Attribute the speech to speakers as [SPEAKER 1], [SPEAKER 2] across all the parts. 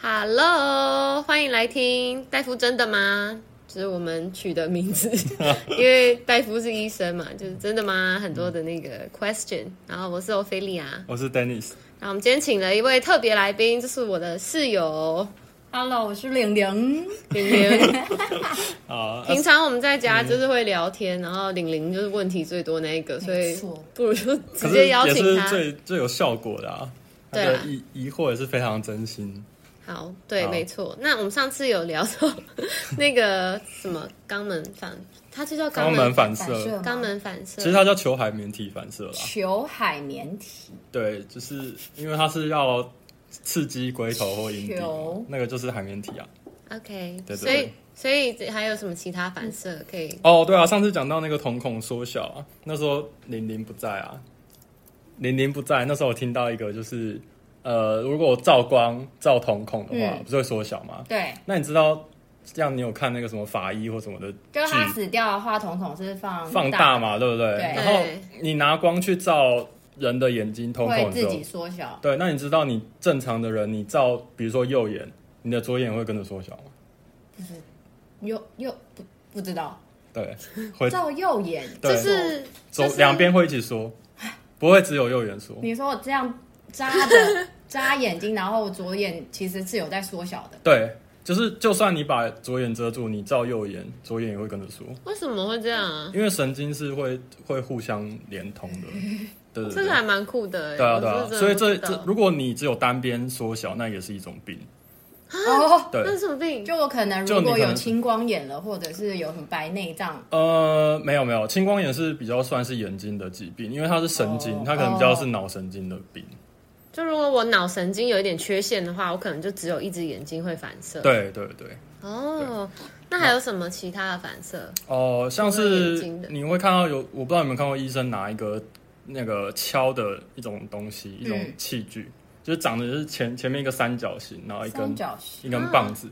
[SPEAKER 1] Hello，欢迎来听戴夫真的吗？这是我们取的名 字，因为戴夫是医生嘛，就是真的吗？很多的那
[SPEAKER 2] 嗯
[SPEAKER 1] 个 question。然后我是欧菲利亚，
[SPEAKER 2] 我是 Dennis，
[SPEAKER 1] 然后我们今天请了一位特别来宾，这是我的室友
[SPEAKER 3] Hello，我是玲玲。
[SPEAKER 1] 玲玲。
[SPEAKER 2] 啊，
[SPEAKER 1] 平常我们在家就是会聊天，然后玲玲就是问题最多那一个，所以
[SPEAKER 3] 没错
[SPEAKER 1] 不如就直
[SPEAKER 2] 可
[SPEAKER 1] 接
[SPEAKER 2] 是
[SPEAKER 1] 邀
[SPEAKER 2] 也
[SPEAKER 1] 请
[SPEAKER 2] 是
[SPEAKER 1] 他。
[SPEAKER 2] 最最有效果的啊，他
[SPEAKER 1] 对啊
[SPEAKER 2] 的疑疑惑也是非常真心，
[SPEAKER 1] 好，对，
[SPEAKER 2] 好
[SPEAKER 1] 没错。那我们上次有聊到那个什么肛门反，它就叫
[SPEAKER 2] 肛门
[SPEAKER 1] 门
[SPEAKER 2] 反
[SPEAKER 3] 反射
[SPEAKER 2] 射，
[SPEAKER 3] 吗
[SPEAKER 1] 肛门反射。
[SPEAKER 2] 其实它叫球海绵体反射啦，
[SPEAKER 3] 球海绵体，
[SPEAKER 2] 对，就是因为它是要刺激龟头或阴蒂
[SPEAKER 3] 球
[SPEAKER 2] 嘛，那个就是海绵体啊。
[SPEAKER 1] OK，
[SPEAKER 2] 对对
[SPEAKER 1] 所以
[SPEAKER 2] 对
[SPEAKER 1] 所以还有什么其他反射可以？
[SPEAKER 2] 哦，对啊，上次讲到那个瞳孔缩小啊，那时候玲玲不在啊，玲玲不在，那时候我听到一个就是，呃，如果我照光照瞳孔的话，
[SPEAKER 3] 嗯
[SPEAKER 2] 不是会缩小吗？
[SPEAKER 3] 对，
[SPEAKER 2] 那你知道，像你有看那个什么法医或什么的
[SPEAKER 3] 就是他
[SPEAKER 2] 剧
[SPEAKER 3] 死掉的话，瞳孔是放
[SPEAKER 2] 放大，嘛，对不对？
[SPEAKER 3] 对
[SPEAKER 2] 然后你拿光去照人的眼睛瞳
[SPEAKER 3] 会
[SPEAKER 2] 孔之
[SPEAKER 3] 自
[SPEAKER 2] 后
[SPEAKER 3] 己，缩小。
[SPEAKER 2] 对，那你知道你正常的人，你照比如说右眼，你的左眼会跟着缩小吗？
[SPEAKER 3] 右右不不知道，
[SPEAKER 2] 对，会
[SPEAKER 3] 照右眼，
[SPEAKER 2] 呃对
[SPEAKER 1] 就是
[SPEAKER 2] 左
[SPEAKER 1] 就是
[SPEAKER 2] 两边会一起缩，不会只有右眼缩。
[SPEAKER 3] 你说我这样扎 着扎眼睛，然后左眼其实是有在缩小的，
[SPEAKER 2] 对，就是就算你把左眼遮住，你照右眼，左眼也会跟着缩，
[SPEAKER 1] 为什么会这样啊？
[SPEAKER 2] 因为神经是会会互相连通的。对对
[SPEAKER 1] 这
[SPEAKER 2] 对
[SPEAKER 1] 个。还蛮酷的欸。
[SPEAKER 2] 对啊，
[SPEAKER 1] 我
[SPEAKER 2] 对啊，
[SPEAKER 1] 是
[SPEAKER 2] 所以
[SPEAKER 1] 真的
[SPEAKER 2] 这
[SPEAKER 1] 不知
[SPEAKER 2] 这
[SPEAKER 1] 道，
[SPEAKER 2] 如果你只有单边缩小，那也是一种病。
[SPEAKER 3] 哦，
[SPEAKER 2] 对，
[SPEAKER 1] 那是什么病？
[SPEAKER 3] 就我可能
[SPEAKER 2] 啊就
[SPEAKER 3] 如
[SPEAKER 2] 你
[SPEAKER 3] 果
[SPEAKER 2] 可能
[SPEAKER 3] 有青光眼了，或者是有什么白内障，
[SPEAKER 2] 呃，没有没有，青光眼是比较算是眼睛的疾病，因为它是神经，
[SPEAKER 3] 哦
[SPEAKER 2] 它可能比较是脑神经的病。
[SPEAKER 1] 就如果我脑神经有一点缺陷的话，我可能就只有一只眼睛会反射。
[SPEAKER 2] 对对对，
[SPEAKER 1] 哦，那还有什么其他的反射？
[SPEAKER 2] 哦、像
[SPEAKER 1] 眼
[SPEAKER 2] 是
[SPEAKER 1] 睛的
[SPEAKER 2] 你会看到有，我不知道你们看过医生拿一个那个敲的一种东西，一种
[SPEAKER 3] 嗯
[SPEAKER 2] 器具，就是长得就是前前面一个三角形，然后一
[SPEAKER 3] 三
[SPEAKER 2] 根
[SPEAKER 3] 角形，
[SPEAKER 2] 一根棒
[SPEAKER 1] 哦
[SPEAKER 2] 子，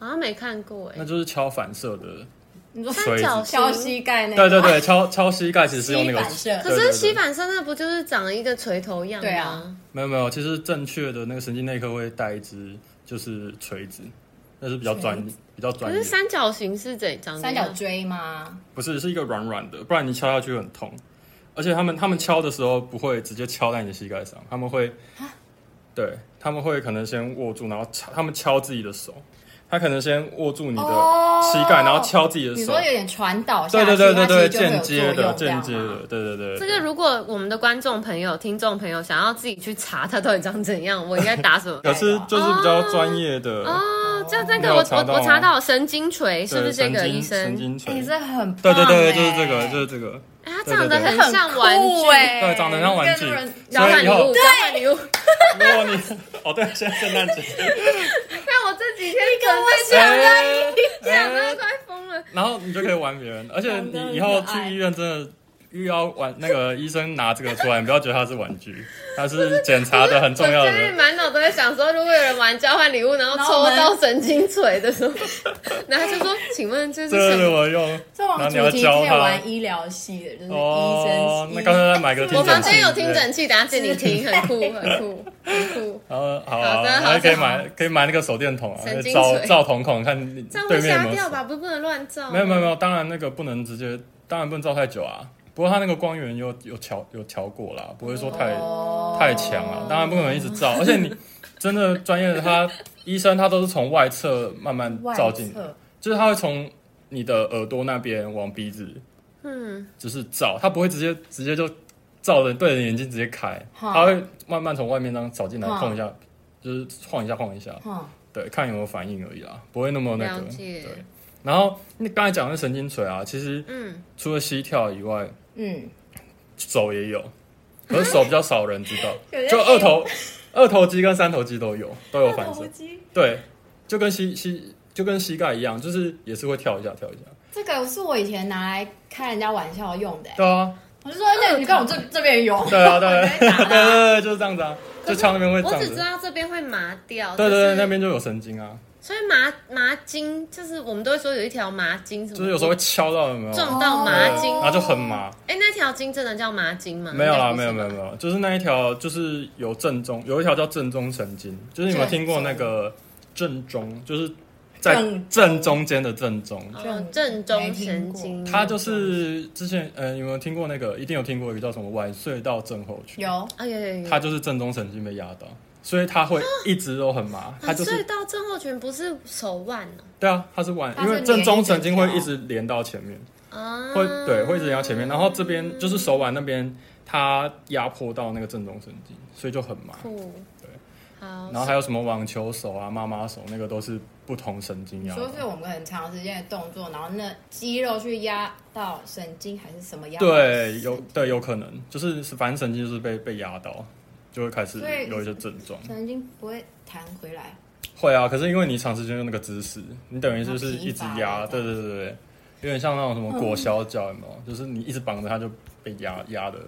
[SPEAKER 1] 好像没看过哎
[SPEAKER 2] 那。就是敲反射的。
[SPEAKER 3] 你说
[SPEAKER 2] 水
[SPEAKER 1] 三角
[SPEAKER 3] 敲
[SPEAKER 1] 形。
[SPEAKER 3] 膝盖那
[SPEAKER 2] 对
[SPEAKER 3] 个，
[SPEAKER 2] 嗯对对，敲敲膝盖其实是用那个
[SPEAKER 3] 膝反射
[SPEAKER 1] 可是膝
[SPEAKER 2] 对对对
[SPEAKER 1] 反射那不就是长了一个锤头样
[SPEAKER 3] 对
[SPEAKER 1] 吗
[SPEAKER 3] 啊？
[SPEAKER 2] 没有没有，其实正确的那个神经内科会带一支就是锤子，那是比较专
[SPEAKER 3] 锤
[SPEAKER 2] 比较
[SPEAKER 1] 可
[SPEAKER 2] 专业
[SPEAKER 1] 是
[SPEAKER 2] 的。
[SPEAKER 1] 三角形是怎长？
[SPEAKER 3] 三角。锥吗？
[SPEAKER 2] 不是，是一个软软的，不然你敲下去很痛。而且他们他们敲的时候不会直接敲在你的膝盖上，他们会，对，他们会可能先握住，然后敲，他们敲自己的手，他可能先握住你的
[SPEAKER 3] 哦
[SPEAKER 2] 膝盖，然后敲自己的
[SPEAKER 3] 你
[SPEAKER 2] 手
[SPEAKER 3] 说，有点传导下
[SPEAKER 2] 对
[SPEAKER 3] 去，
[SPEAKER 2] 对对对对，
[SPEAKER 3] 它其实就会
[SPEAKER 2] 间
[SPEAKER 3] 有
[SPEAKER 2] 接
[SPEAKER 3] 作
[SPEAKER 2] 的
[SPEAKER 3] 用
[SPEAKER 2] 间接，
[SPEAKER 3] 这样
[SPEAKER 2] 的
[SPEAKER 3] 吗，
[SPEAKER 2] 对对对，
[SPEAKER 1] 这个如果我们的观众朋友、听众朋友想要自己去查它到底长怎样，我应该打 什么？
[SPEAKER 2] 可是就是比较专业的，
[SPEAKER 1] 哦，这这
[SPEAKER 2] 没
[SPEAKER 1] 个
[SPEAKER 2] 有
[SPEAKER 1] 我
[SPEAKER 2] 查到
[SPEAKER 1] 我我查
[SPEAKER 2] 吗
[SPEAKER 1] 到神经锤
[SPEAKER 2] 对
[SPEAKER 1] 是不是这
[SPEAKER 2] 神
[SPEAKER 1] 个
[SPEAKER 2] 经
[SPEAKER 1] 医
[SPEAKER 2] 神
[SPEAKER 1] 生？
[SPEAKER 2] 经
[SPEAKER 3] 你
[SPEAKER 2] 垂？
[SPEAKER 3] 哎这很
[SPEAKER 2] 对
[SPEAKER 3] 棒
[SPEAKER 2] 对对，
[SPEAKER 3] 欸
[SPEAKER 2] 就是这个就是这个，
[SPEAKER 1] 哎，它
[SPEAKER 2] 对
[SPEAKER 1] 长得
[SPEAKER 2] 对
[SPEAKER 1] 很欸
[SPEAKER 2] 对
[SPEAKER 1] 像玩具，
[SPEAKER 3] 哎，
[SPEAKER 2] 对长得像玩具
[SPEAKER 3] 跟人
[SPEAKER 1] 交
[SPEAKER 2] 所
[SPEAKER 1] 换
[SPEAKER 2] 以
[SPEAKER 1] 礼
[SPEAKER 2] 以后
[SPEAKER 1] 物，交换礼物。
[SPEAKER 2] 如果你 哦对，现在圣诞节，
[SPEAKER 1] 看我这几天跟我
[SPEAKER 2] 哎
[SPEAKER 1] 想到快疯了。
[SPEAKER 2] 然后你就可以玩别人，而且
[SPEAKER 3] 真的
[SPEAKER 2] 你以后
[SPEAKER 3] 很可爱
[SPEAKER 2] 去医院真的遇到玩那个医生拿这个出来，你不要觉得它是玩具， 它是检查的很
[SPEAKER 1] 我
[SPEAKER 2] 重要
[SPEAKER 1] 最近
[SPEAKER 2] 的。
[SPEAKER 1] 满脑都在想说，如果有人玩交换礼物，然后
[SPEAKER 3] 然后
[SPEAKER 1] 抽
[SPEAKER 3] 我们
[SPEAKER 1] 到神经锤的时候，然后他就说：“请问 这是
[SPEAKER 2] 这个
[SPEAKER 1] 什么？”
[SPEAKER 2] 怎么用？
[SPEAKER 3] 这
[SPEAKER 2] 然后
[SPEAKER 3] 种
[SPEAKER 2] 你要
[SPEAKER 3] 主题可
[SPEAKER 2] 教
[SPEAKER 3] 以
[SPEAKER 2] 他
[SPEAKER 3] 玩。医疗系的，就是医生。
[SPEAKER 2] 哦，
[SPEAKER 3] 医
[SPEAKER 2] 那干脆再买个听
[SPEAKER 1] 我房
[SPEAKER 2] 诊
[SPEAKER 1] 间
[SPEAKER 2] 器。
[SPEAKER 1] 有听诊器，等下借你听，很酷，很酷，很酷。
[SPEAKER 2] 然后
[SPEAKER 1] 好
[SPEAKER 2] 好啊，
[SPEAKER 1] 的好
[SPEAKER 2] 然后可以
[SPEAKER 1] 的
[SPEAKER 2] 买可以买那个手电筒啊，
[SPEAKER 1] 神经
[SPEAKER 2] 照
[SPEAKER 1] 锤
[SPEAKER 2] 照瞳孔看你
[SPEAKER 1] 这样
[SPEAKER 2] 对
[SPEAKER 1] 会
[SPEAKER 2] 面
[SPEAKER 1] 瞎
[SPEAKER 2] 有没
[SPEAKER 1] 掉
[SPEAKER 2] 有。
[SPEAKER 1] 吧？不，不能乱照。
[SPEAKER 2] 没有没有没有，当然那个不能直接，当然不能照太久啊。不过它那个光源有有调有调过啦，不会说太
[SPEAKER 3] 哦
[SPEAKER 2] 太强了，当然不可能一直照，而且你真的专业的他医生他都是从外侧慢慢
[SPEAKER 3] 哦外
[SPEAKER 2] 照进，
[SPEAKER 3] 侧
[SPEAKER 2] 就是他会从你的耳朵那边往鼻子，
[SPEAKER 1] 嗯，
[SPEAKER 2] 就是照，他不会直接直接就照着对着眼睛直接开，
[SPEAKER 3] 哈
[SPEAKER 2] 他会慢慢从外面这样照进来
[SPEAKER 3] 哈
[SPEAKER 2] 碰一下，就是晃一下晃一下，
[SPEAKER 3] 嗯，
[SPEAKER 2] 对，看有没有反应而已啦，不会那么那个
[SPEAKER 1] 了。解
[SPEAKER 2] 对，然后你刚才讲的神经锤啊，其实
[SPEAKER 1] 嗯，
[SPEAKER 2] 除了膝跳以外，
[SPEAKER 3] 嗯，
[SPEAKER 2] 手也有，可是手比较少人知 道
[SPEAKER 3] 有人，
[SPEAKER 2] 就二头二头肌跟三头肌都有都有反射
[SPEAKER 3] 手，机
[SPEAKER 2] 对，就跟膝膝就跟膝盖一样，就是也是会跳一下跳一下，
[SPEAKER 3] 这个是我以前拿来开人家玩笑用的欸，
[SPEAKER 2] 对啊，
[SPEAKER 3] 我就说那你看我这这边有，
[SPEAKER 2] 对啊，对啊，
[SPEAKER 3] 我
[SPEAKER 2] 对
[SPEAKER 3] 在打
[SPEAKER 2] 对
[SPEAKER 3] 他
[SPEAKER 2] 对，就是这样子啊，就敲那边会这
[SPEAKER 1] 我
[SPEAKER 2] 样
[SPEAKER 1] 只知
[SPEAKER 2] 子，
[SPEAKER 1] 道这边会麻掉。
[SPEAKER 2] 对
[SPEAKER 1] 就
[SPEAKER 2] 对对，
[SPEAKER 1] 是
[SPEAKER 2] 那边就有神经啊，
[SPEAKER 1] 所以麻麻筋就是我们都会说有一条麻筋什么，
[SPEAKER 2] 就是有时候会敲到有没有？
[SPEAKER 1] 撞到麻筋。
[SPEAKER 2] 然
[SPEAKER 3] 哦
[SPEAKER 2] 后就很麻，
[SPEAKER 1] 哎、那条筋真的叫麻筋吗？
[SPEAKER 2] 没有啦，
[SPEAKER 1] 啊应
[SPEAKER 2] 没
[SPEAKER 1] 该
[SPEAKER 2] 有
[SPEAKER 1] 不是
[SPEAKER 2] 没
[SPEAKER 1] 吧
[SPEAKER 2] 有没
[SPEAKER 1] 哦
[SPEAKER 2] 有，就是那一条就是有正中有一条叫正中神经，就是你有没有听过那个正中，就是在
[SPEAKER 3] 正
[SPEAKER 2] 正中间的正中。
[SPEAKER 1] 哦正中神经，
[SPEAKER 2] 它就是之前，呃，有没有听过那个？一定有听过一个叫什么晚睡到症候群，
[SPEAKER 3] 有
[SPEAKER 1] 啊，有有有，
[SPEAKER 2] 它就是正中神经被压到，所以它会一直都很麻。它就
[SPEAKER 1] 嗯所以
[SPEAKER 2] 是
[SPEAKER 1] 到症候群不是手腕哦
[SPEAKER 2] 对啊，它是晚，
[SPEAKER 3] 它是
[SPEAKER 2] 因为正中神经会一直连到前面，
[SPEAKER 1] 啊，
[SPEAKER 2] 会对会一直连到前面，然后这边就是手腕那边，它压迫到那个正中神经，所以就很麻。
[SPEAKER 1] 酷，
[SPEAKER 2] 对，
[SPEAKER 1] 好
[SPEAKER 2] 然，后还有什么网球手啊、妈妈手，那个都是不同神经压到。
[SPEAKER 3] 说是我们很长时间的动作，然后那肌肉去压到神经还是什么压？
[SPEAKER 2] 对，有对有可能，就是反正神经就是被被压到，就会开始
[SPEAKER 3] 所以
[SPEAKER 2] 有一些症状。
[SPEAKER 3] 神经不会弹回来，
[SPEAKER 2] 会啊，可是因为你长时间用那个姿势，你等于就是
[SPEAKER 3] 然后哦疲
[SPEAKER 2] 一直
[SPEAKER 3] 乏
[SPEAKER 2] 压，
[SPEAKER 3] 了
[SPEAKER 2] 对对对对，有点像那种什么裹小脚，有没有？就是你一直绑着它就被压压的。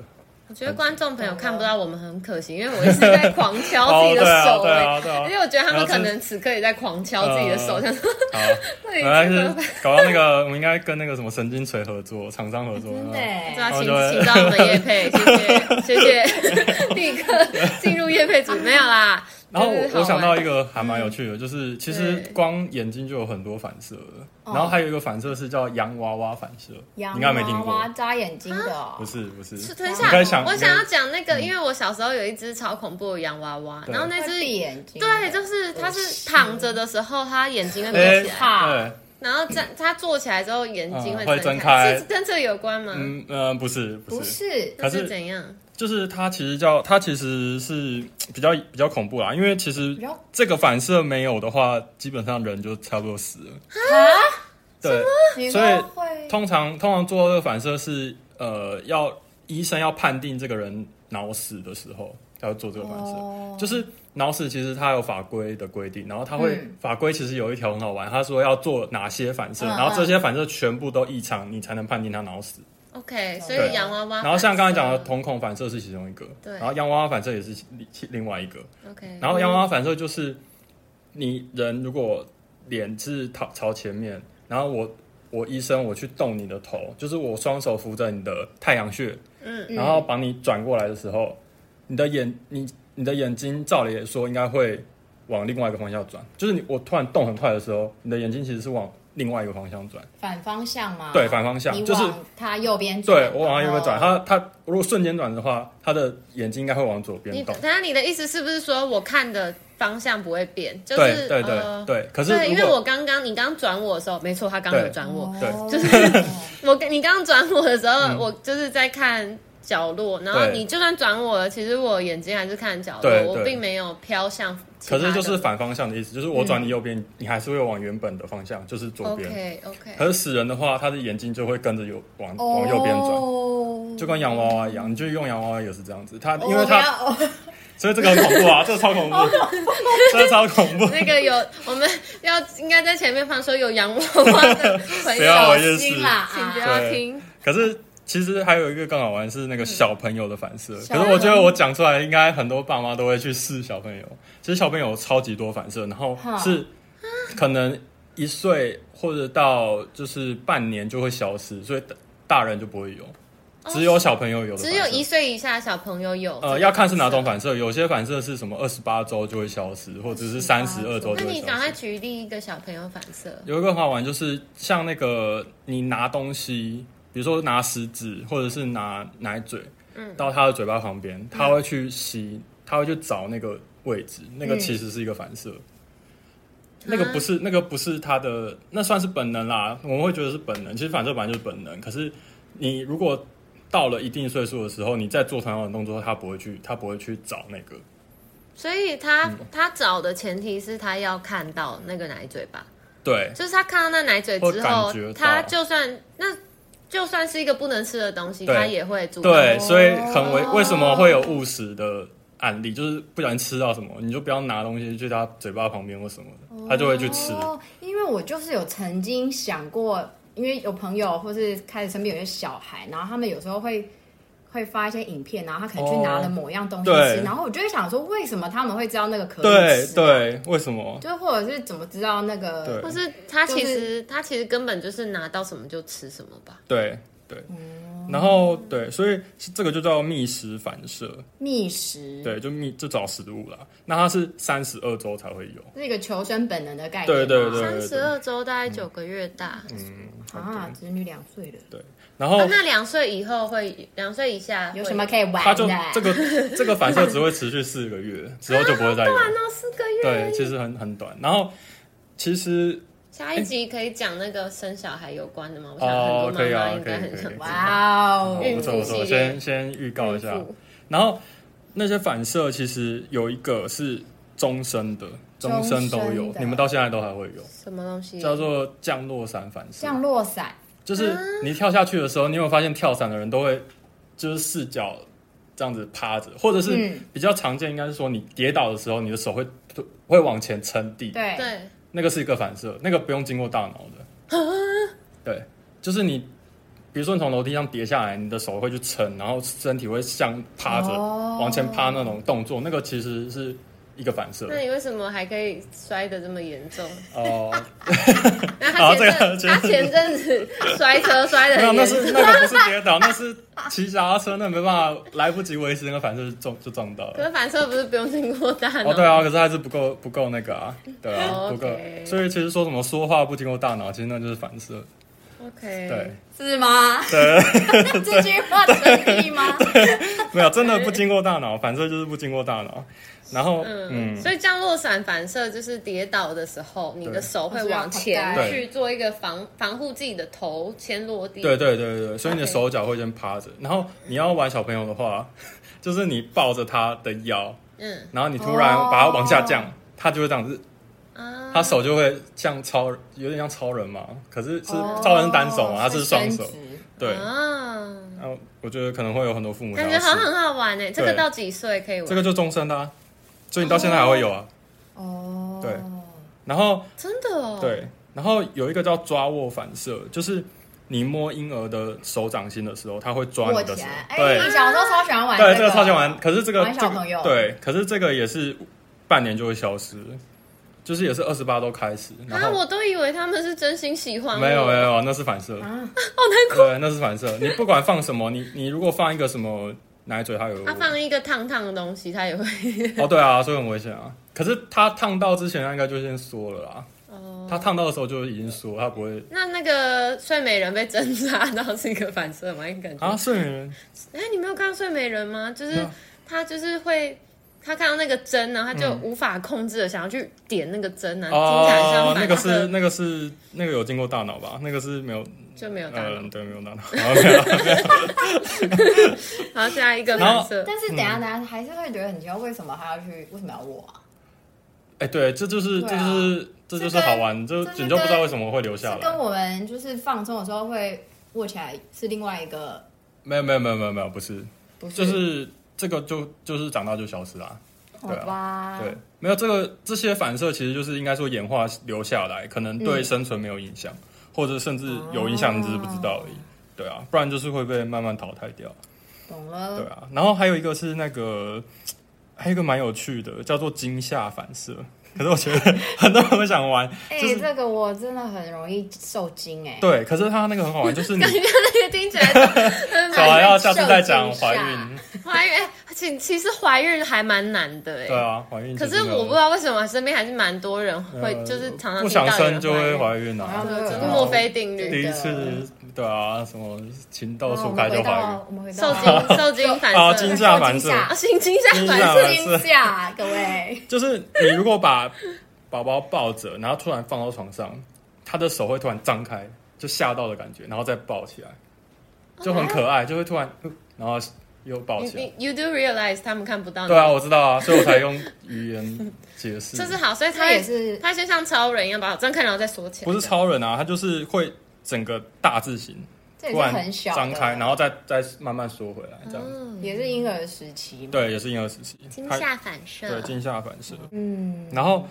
[SPEAKER 1] 我觉得观众朋友看不到我们很可惜，因为我一直在狂敲自己的手、
[SPEAKER 2] 啊对
[SPEAKER 1] 欸，
[SPEAKER 3] 哎
[SPEAKER 2] 啊，对啊，
[SPEAKER 1] 而且
[SPEAKER 2] 对啊。
[SPEAKER 1] 我觉得他们可能此刻也在狂敲自己的手，
[SPEAKER 2] 呃
[SPEAKER 1] 想说
[SPEAKER 2] 好，
[SPEAKER 1] 到
[SPEAKER 2] 原来
[SPEAKER 1] 底怎
[SPEAKER 2] 是
[SPEAKER 1] 么
[SPEAKER 2] 搞到那个，我们应该跟那个什么神经锤合作，厂商合作。嗯有
[SPEAKER 3] 真的
[SPEAKER 2] 没有
[SPEAKER 3] 欸
[SPEAKER 1] 对啊，请
[SPEAKER 2] 然后就
[SPEAKER 1] 请到我们叶配，谢谢谢谢，立刻进入叶配组没有啦。
[SPEAKER 2] 然后
[SPEAKER 1] 就
[SPEAKER 2] 我
[SPEAKER 1] 是好玩
[SPEAKER 2] 我想到一个还蛮有
[SPEAKER 3] 嗯
[SPEAKER 2] 趣的，就是其实
[SPEAKER 1] 对
[SPEAKER 2] 光眼睛就有很多反射了，
[SPEAKER 3] 哦
[SPEAKER 2] 然后还有一个反射是叫洋娃娃反射，你
[SPEAKER 3] 洋
[SPEAKER 2] 应该没听
[SPEAKER 3] 娃
[SPEAKER 2] 过
[SPEAKER 3] 娃，扎啊眼睛的
[SPEAKER 1] 啊
[SPEAKER 3] 哦、
[SPEAKER 2] 不是不是，
[SPEAKER 1] 是等一
[SPEAKER 2] 你该
[SPEAKER 1] 下，
[SPEAKER 2] 想
[SPEAKER 1] 我想要讲那个，因为我小时候有一只超恐怖的洋娃娃，
[SPEAKER 2] 对
[SPEAKER 1] 然后那
[SPEAKER 3] 会
[SPEAKER 1] 只
[SPEAKER 3] 闭眼睛的，
[SPEAKER 1] 对，就是它是躺着的时候，它眼睛会
[SPEAKER 2] 哎
[SPEAKER 1] 闭起来，
[SPEAKER 3] 怕
[SPEAKER 2] 对，
[SPEAKER 1] 然后站它坐起来之后眼睛
[SPEAKER 2] 嗯会
[SPEAKER 1] 睁
[SPEAKER 2] 睁开
[SPEAKER 1] 是跟这个有关吗？
[SPEAKER 2] 嗯呃不是不
[SPEAKER 3] 不
[SPEAKER 2] 是，
[SPEAKER 3] 是
[SPEAKER 1] 这
[SPEAKER 2] 可
[SPEAKER 1] 是
[SPEAKER 2] 是
[SPEAKER 1] 怎样？
[SPEAKER 2] 就是它其实叫它其实是比较比较恐怖啦，因为其实
[SPEAKER 3] 比较
[SPEAKER 2] 这个反射没有的话，基本上人就差不多死了。
[SPEAKER 3] 啊，
[SPEAKER 2] 对，
[SPEAKER 3] 你
[SPEAKER 2] 所以
[SPEAKER 3] 说会
[SPEAKER 2] 通常通常做到这个反射是呃要医生要判定这个人脑死的时候，他要做这个反射。
[SPEAKER 3] 哦
[SPEAKER 2] 就是脑死其实它有法规的规定，然后它会、
[SPEAKER 3] 嗯
[SPEAKER 2] 法规其实有一条很好玩，他说要做哪些反射，
[SPEAKER 3] 嗯
[SPEAKER 2] 然后这些反射全部都异常，你才能判定他脑死。
[SPEAKER 1] OK，所
[SPEAKER 3] 对
[SPEAKER 1] 以洋娃娃反射。
[SPEAKER 2] 然后像刚才讲的瞳孔反射是其中一个，
[SPEAKER 1] 对
[SPEAKER 2] 然后洋娃娃反射也是另另外一个，
[SPEAKER 1] ，OK，
[SPEAKER 2] 然后洋娃娃反射就是你人如果脸是朝朝前面，然后我我医生我去动你的头，就是我双手扶着你的太阳穴，
[SPEAKER 1] 嗯，
[SPEAKER 2] 然后把你转过来的时候，你的眼你你的眼睛照理来说应该会往另外一个方向转，就是你我突然动很快的时候，你的眼睛其实是往另外一个方向转，
[SPEAKER 3] 反方向吗？
[SPEAKER 2] 对，反方向
[SPEAKER 3] 你
[SPEAKER 2] 就是。
[SPEAKER 3] 往他右边转，
[SPEAKER 2] 对，我往右边转，
[SPEAKER 3] 然
[SPEAKER 1] 哦
[SPEAKER 3] 后
[SPEAKER 2] 他他如果瞬间转的话，他的眼睛应该会往左
[SPEAKER 1] 你
[SPEAKER 2] 边动
[SPEAKER 1] 等。下你的意思是不是说我看的方向不会变？就是
[SPEAKER 2] 对对对、
[SPEAKER 1] 呃
[SPEAKER 2] 对，可是
[SPEAKER 1] 对，因为
[SPEAKER 2] 如果
[SPEAKER 1] 我刚刚你刚转我的时候，没错，他刚刚有转我。
[SPEAKER 2] 对
[SPEAKER 3] 哦
[SPEAKER 1] 就是我跟你刚刚转我的时候，我就是在看角落，然后
[SPEAKER 2] 对
[SPEAKER 1] 你就算转我了，其实我眼睛还是看角落
[SPEAKER 2] 对，
[SPEAKER 1] 我
[SPEAKER 2] 对
[SPEAKER 1] 并没有飘向其他
[SPEAKER 2] 可
[SPEAKER 1] 的。
[SPEAKER 2] 是就是反方向的意思，就是我转你右边，你还是会往原本的方向，就是左边。
[SPEAKER 1] OK OK，
[SPEAKER 2] 可是死人的话，他的眼睛就会跟着右往、
[SPEAKER 3] 哦
[SPEAKER 2] 往右边转，就跟洋娃娃一样。你就用洋娃娃也是这样子，他因为
[SPEAKER 1] 哦
[SPEAKER 3] 他
[SPEAKER 2] 他、所以这个很恐 怖啊，这个超恐怖，这个超恐怖。
[SPEAKER 1] 那个有我们要应该在前面放说有洋娃娃的朋
[SPEAKER 2] 不要
[SPEAKER 1] 友，
[SPEAKER 2] 我
[SPEAKER 3] 小
[SPEAKER 2] 也是
[SPEAKER 3] 心啦，
[SPEAKER 1] 请不
[SPEAKER 3] 啊
[SPEAKER 1] 要
[SPEAKER 2] 对
[SPEAKER 1] 听。
[SPEAKER 2] 可是其实还有一个更好玩是那个小朋友的反射，
[SPEAKER 3] 小
[SPEAKER 2] 可是我觉得我讲出来，应该很多爸妈都会去试小朋友。其实小朋友有超级多反射，然后
[SPEAKER 3] 哈
[SPEAKER 2] 是可能一岁或者到就是半年就会消失，所以大大人就不会有，只有小朋友有的反
[SPEAKER 1] 哦只
[SPEAKER 2] 射。
[SPEAKER 1] 有一岁以下的小朋友有，
[SPEAKER 2] 呃，要看是哪种反射，有些反射是什么二十八周就会消失，或者是三十二周
[SPEAKER 1] 那
[SPEAKER 2] 就会
[SPEAKER 1] 你赶
[SPEAKER 2] 消
[SPEAKER 1] 快
[SPEAKER 2] 失。
[SPEAKER 1] 举例一个小朋友反射。
[SPEAKER 2] 有一个很好玩，就是像那个你拿东西，比如说拿食指或者是拿奶嘴，嗯，到他的嘴巴旁边，他会去吸，他会去找那个位置，那个
[SPEAKER 3] 嗯
[SPEAKER 2] 其实是一个反射。那个不是，那个不是他的，那算是本能啦。我们会觉得是本能，其实反射本来就是本能。可是你如果到了一定岁数的时候，你再做同样的动作，他不会去，他不会去找那个。
[SPEAKER 1] 所以他、
[SPEAKER 2] 嗯
[SPEAKER 1] 他找的前提是他要看到那个奶嘴吧，
[SPEAKER 2] 对，
[SPEAKER 1] 就是他看到那奶嘴之后
[SPEAKER 2] 会感觉，到
[SPEAKER 1] 他就算那就算是一个不能吃的东西，
[SPEAKER 2] 对
[SPEAKER 1] 他也会主动。
[SPEAKER 2] 对，所以很为
[SPEAKER 3] 哦
[SPEAKER 2] 为什么会有误食的案例，就是不小心吃到什么，你就不要拿东西去他嘴巴旁边或什么的，他就会去吃。
[SPEAKER 3] 哦因为我就是有曾经想过，因为有朋友或是开始身边有些小孩，然后他们有时候会会发一些影片，然后他可能去拿了某样东西吃，
[SPEAKER 2] 哦对
[SPEAKER 3] 然后我就会想说，为什么他们会知道那个可以
[SPEAKER 2] 对
[SPEAKER 3] 吃？，
[SPEAKER 2] 对，为什么？
[SPEAKER 3] 就是或者是怎么知道那个？
[SPEAKER 2] 对
[SPEAKER 1] 或是他其实、
[SPEAKER 3] 就
[SPEAKER 1] 他其实根本就是拿到什么就吃什么吧。
[SPEAKER 3] 哦
[SPEAKER 2] 对对。然后对，所以这个就叫觅食反射，
[SPEAKER 3] 觅食，，
[SPEAKER 2] 对，就觅就找食物啦。那它是三十二周才会有，
[SPEAKER 3] 这是一个求生本能的概念啊
[SPEAKER 2] 对
[SPEAKER 3] 嘛。
[SPEAKER 2] 对对
[SPEAKER 1] 三十二周大概九个月大，
[SPEAKER 2] 嗯，
[SPEAKER 3] 啊，侄女两岁了，
[SPEAKER 2] 对。然
[SPEAKER 1] 哦
[SPEAKER 3] 啊
[SPEAKER 2] 后
[SPEAKER 1] 那两岁以后会，两岁以下会
[SPEAKER 3] 有什么可以
[SPEAKER 2] 它
[SPEAKER 3] 玩
[SPEAKER 2] 就
[SPEAKER 3] 的？
[SPEAKER 2] 这个 这个反射只会持续四个月，之后就不会再有。
[SPEAKER 3] 啊
[SPEAKER 1] 短哦，四个月。
[SPEAKER 2] 对，其实很很短。然后其实
[SPEAKER 1] 下一集可以讲那个生小孩有关的吗？我想
[SPEAKER 2] 哦
[SPEAKER 1] 很，多
[SPEAKER 2] 可以
[SPEAKER 1] 妈妈
[SPEAKER 2] 啊，
[SPEAKER 1] 应
[SPEAKER 2] 可
[SPEAKER 1] 该
[SPEAKER 2] 以可以
[SPEAKER 1] 很
[SPEAKER 2] 可
[SPEAKER 1] 想
[SPEAKER 2] 以。
[SPEAKER 3] 哇
[SPEAKER 2] 好
[SPEAKER 3] 哦，
[SPEAKER 1] 孕
[SPEAKER 2] 不错
[SPEAKER 1] 妇
[SPEAKER 2] 不错，
[SPEAKER 1] 系列
[SPEAKER 2] 先先预告一下
[SPEAKER 1] 孕妇。
[SPEAKER 2] 然后那些反射其实有一个是终身的，终身都
[SPEAKER 3] 终
[SPEAKER 2] 有
[SPEAKER 3] 身，的
[SPEAKER 2] 你们到现在都还会有，
[SPEAKER 1] 什么东西？
[SPEAKER 2] 叫做降落伞反射。
[SPEAKER 3] 降落伞，
[SPEAKER 2] 就是你跳下去的时候，你有没有发现跳伞的人都会就是四脚这样子趴着，或者是
[SPEAKER 3] 嗯
[SPEAKER 2] 比较常见应该是说你跌倒的时候，你的手会会往前撑地，
[SPEAKER 3] 对，
[SPEAKER 1] 对，
[SPEAKER 2] 那个是一个反射，那个不用经过大脑的。
[SPEAKER 1] 啊
[SPEAKER 2] 对，就是你，比如说你从楼梯上跌下来，你的手会去撑，然后身体会像趴着、
[SPEAKER 3] 哦
[SPEAKER 2] 往前趴那种动作，那个其实是一个反射。
[SPEAKER 1] 那你为什么还可以摔得这么严重？
[SPEAKER 2] 哦、
[SPEAKER 1] 那
[SPEAKER 2] 好
[SPEAKER 1] 他前阵
[SPEAKER 2] 啊这个
[SPEAKER 1] 他前阵子摔车摔得
[SPEAKER 2] 没有，
[SPEAKER 1] 很
[SPEAKER 2] 那
[SPEAKER 1] 严重，
[SPEAKER 2] 是那个不是跌倒，那是骑脚踏车，那没办法，来不及维持那个反射就撞就撞到
[SPEAKER 1] 可
[SPEAKER 2] 了。
[SPEAKER 1] 是反射不是不用经过大脑？
[SPEAKER 2] 哦，对啊，可是还是不够不够那个啊，对啊，
[SPEAKER 1] 哦 OK
[SPEAKER 2] 不够。所以其实说什么说话不经过大脑，其实那就是反射。
[SPEAKER 1] ，OK，
[SPEAKER 2] 对，
[SPEAKER 3] 是吗？ 这句话成立 吗？
[SPEAKER 2] 没有真的不经过大脑，反射就是不经过大脑。然后嗯，
[SPEAKER 1] 所以降落伞反射就是跌倒的时候，你的手会往前
[SPEAKER 2] 对
[SPEAKER 1] 去做一个防防护自己的头先落地。
[SPEAKER 2] 对对对对对，所以你的手脚会先趴着，然后你要玩小朋友的话， 就是你抱着他的腰，
[SPEAKER 1] 嗯
[SPEAKER 2] 然后你突然把他往下降，他就会这样子，
[SPEAKER 1] 哦啊，
[SPEAKER 2] 他手就会像超人，有点像超人嘛，可是是
[SPEAKER 1] 哦
[SPEAKER 2] 超人是单手啊
[SPEAKER 3] 哦
[SPEAKER 2] 嘛，他是双手
[SPEAKER 3] 伸，直
[SPEAKER 2] 对。
[SPEAKER 1] 啊，
[SPEAKER 2] 然后我觉得可能会有很多父母想
[SPEAKER 1] 感
[SPEAKER 2] 要
[SPEAKER 1] 觉好像
[SPEAKER 2] 试，
[SPEAKER 1] 很好玩欸呢。这个到几岁可以玩？
[SPEAKER 2] 这个就终身的、啊，所以你到现在还会有啊。
[SPEAKER 3] 哦，
[SPEAKER 2] 对然后
[SPEAKER 1] 真的哦，，
[SPEAKER 2] 对，然后有一个叫抓握反射，就是你摸婴儿的手掌心的时候，他会抓
[SPEAKER 3] 握
[SPEAKER 2] 你的
[SPEAKER 3] 起
[SPEAKER 2] 手
[SPEAKER 3] 来。，
[SPEAKER 2] 对
[SPEAKER 3] 哎，你小时候超喜欢玩，
[SPEAKER 2] 对，这个超喜欢。，可是这个
[SPEAKER 3] 玩小朋友
[SPEAKER 2] 这个对，可是这个也是半年就会消失，就是也是二十八都开始，然
[SPEAKER 1] 啊，
[SPEAKER 2] 后
[SPEAKER 1] 我都以为他们是真心喜欢我，
[SPEAKER 2] 没有没有，那是反射，
[SPEAKER 3] 哦啊
[SPEAKER 2] 对，那是反射。你不管放什么，你你如果放一个什么奶嘴，它有
[SPEAKER 1] 他放一个烫烫的东西，他也会
[SPEAKER 2] 哦，对啊，所以很危险啊。可是它烫到之前，它应该就先缩了啦。
[SPEAKER 1] 哦。
[SPEAKER 2] 它烫到的时候就已经缩，它不会
[SPEAKER 1] 那那个睡美人被针扎到是一个反射吗？你感觉？
[SPEAKER 2] 啊。睡美人
[SPEAKER 1] 哎、你没有看到睡美人吗？就
[SPEAKER 2] 没
[SPEAKER 1] 是
[SPEAKER 2] 有
[SPEAKER 1] 她就是会，她看到那个针呢，她就无法控制的想要去点那个针啊，经常
[SPEAKER 2] 嗯哦
[SPEAKER 1] 像，
[SPEAKER 2] 那
[SPEAKER 1] 反
[SPEAKER 2] 个
[SPEAKER 1] 射
[SPEAKER 2] 是那个是那个有经过大脑吧？那个是没有，
[SPEAKER 1] 就没有大脑
[SPEAKER 2] 嗯，。对，没有大脑。 啊好没有
[SPEAKER 1] 好，下一个
[SPEAKER 2] 然后
[SPEAKER 1] 反射，
[SPEAKER 3] 但是等一下
[SPEAKER 2] 嗯
[SPEAKER 3] 等一下还是会觉得很奇怪，为什么他要去？为什么要握啊？
[SPEAKER 2] 哎、对，这就是、
[SPEAKER 3] 对
[SPEAKER 2] 这
[SPEAKER 3] 啊
[SPEAKER 2] 就是这就是好玩，就
[SPEAKER 3] 这是
[SPEAKER 2] 你就不知道为什么会留下
[SPEAKER 3] 是跟
[SPEAKER 2] 来。
[SPEAKER 3] 我们就是放松的时候会握起来是另外一个，
[SPEAKER 2] 没有没有没有没有没有，不是，
[SPEAKER 3] 不是？
[SPEAKER 2] 就是这个就就是长大就消失啦、
[SPEAKER 3] 好
[SPEAKER 2] 对啊
[SPEAKER 3] 吧？
[SPEAKER 2] 对，没有这个这些反射其实就是应该说演化留下来，可能
[SPEAKER 3] 嗯
[SPEAKER 2] 对生存没有影响，或者甚至有影响，你只是不知道而
[SPEAKER 3] 哦
[SPEAKER 2] 已。对啊，不然就是会被慢慢淘汰掉。
[SPEAKER 3] 懂
[SPEAKER 2] 对
[SPEAKER 1] 嗯
[SPEAKER 3] 了。
[SPEAKER 2] 啊，然后还有一个是那个，还有一个蛮有趣的，叫做惊吓反射。 可是我觉得很多人会想玩，
[SPEAKER 3] 哎、
[SPEAKER 2] 就是
[SPEAKER 3] 这个我真的很容易受惊哎、
[SPEAKER 2] 对，可是它那个很好 玩，就是你
[SPEAKER 1] 那个听起来就
[SPEAKER 2] 小孩要下次再讲
[SPEAKER 3] 受惊吓
[SPEAKER 2] 怀孕，
[SPEAKER 1] 怀孕，哎其其实怀孕还蛮难的哎、
[SPEAKER 2] 对啊，怀孕
[SPEAKER 1] 可
[SPEAKER 2] 其实
[SPEAKER 1] 是
[SPEAKER 2] 没有。
[SPEAKER 1] 我不知道为什么身边还是蛮多人会，
[SPEAKER 2] 呃
[SPEAKER 1] 就是常常
[SPEAKER 2] 不想
[SPEAKER 1] 听到有人
[SPEAKER 2] 生就会
[SPEAKER 1] 怀
[SPEAKER 2] 怀孕啊
[SPEAKER 3] 好，
[SPEAKER 1] 孕，
[SPEAKER 3] 像
[SPEAKER 1] 就是
[SPEAKER 2] 对啊
[SPEAKER 1] 墨菲定律。
[SPEAKER 2] 第一次对啊，什么情
[SPEAKER 3] 然
[SPEAKER 2] 窦
[SPEAKER 3] 后我
[SPEAKER 2] 初
[SPEAKER 3] 们
[SPEAKER 1] 哦
[SPEAKER 2] 开就
[SPEAKER 3] 回
[SPEAKER 2] 怀孕
[SPEAKER 3] 到，我们回到
[SPEAKER 1] 受精受 精反
[SPEAKER 2] 啊，
[SPEAKER 1] 射
[SPEAKER 2] 惊吓反
[SPEAKER 3] 惊
[SPEAKER 2] 射，
[SPEAKER 3] 吓
[SPEAKER 1] 啊，性惊吓反射
[SPEAKER 2] 惊吓
[SPEAKER 3] 惊吓，各位，
[SPEAKER 2] 就是你如果把 宝宝抱着，然后突然放到床上，他的手会突然张开，就吓到的感觉，然后再抱起来，
[SPEAKER 3] 哦
[SPEAKER 2] 就很可
[SPEAKER 3] 哎
[SPEAKER 2] 爱，就会突然，呃然后又抱起来。
[SPEAKER 1] 你你 you do realize 他们看不到你，
[SPEAKER 2] 对啊，我知道啊，所以我才用语言解释。
[SPEAKER 1] 就是好，所以
[SPEAKER 3] 他
[SPEAKER 1] 他
[SPEAKER 3] 也是
[SPEAKER 1] 他就像超人一样把我张开，然后再缩起来。
[SPEAKER 2] 不是超人啊，他就是会整个大字形
[SPEAKER 3] 这也
[SPEAKER 2] 突
[SPEAKER 3] 是
[SPEAKER 2] 然
[SPEAKER 3] 很小的
[SPEAKER 2] 张开，然后再再慢慢缩回来，这样。
[SPEAKER 1] 嗯，
[SPEAKER 3] 也是婴儿时期嘛。
[SPEAKER 2] 对，也是婴儿时期，
[SPEAKER 1] 惊
[SPEAKER 2] 它
[SPEAKER 1] 吓反射。
[SPEAKER 2] 对惊吓反射。
[SPEAKER 3] 嗯，
[SPEAKER 2] 然后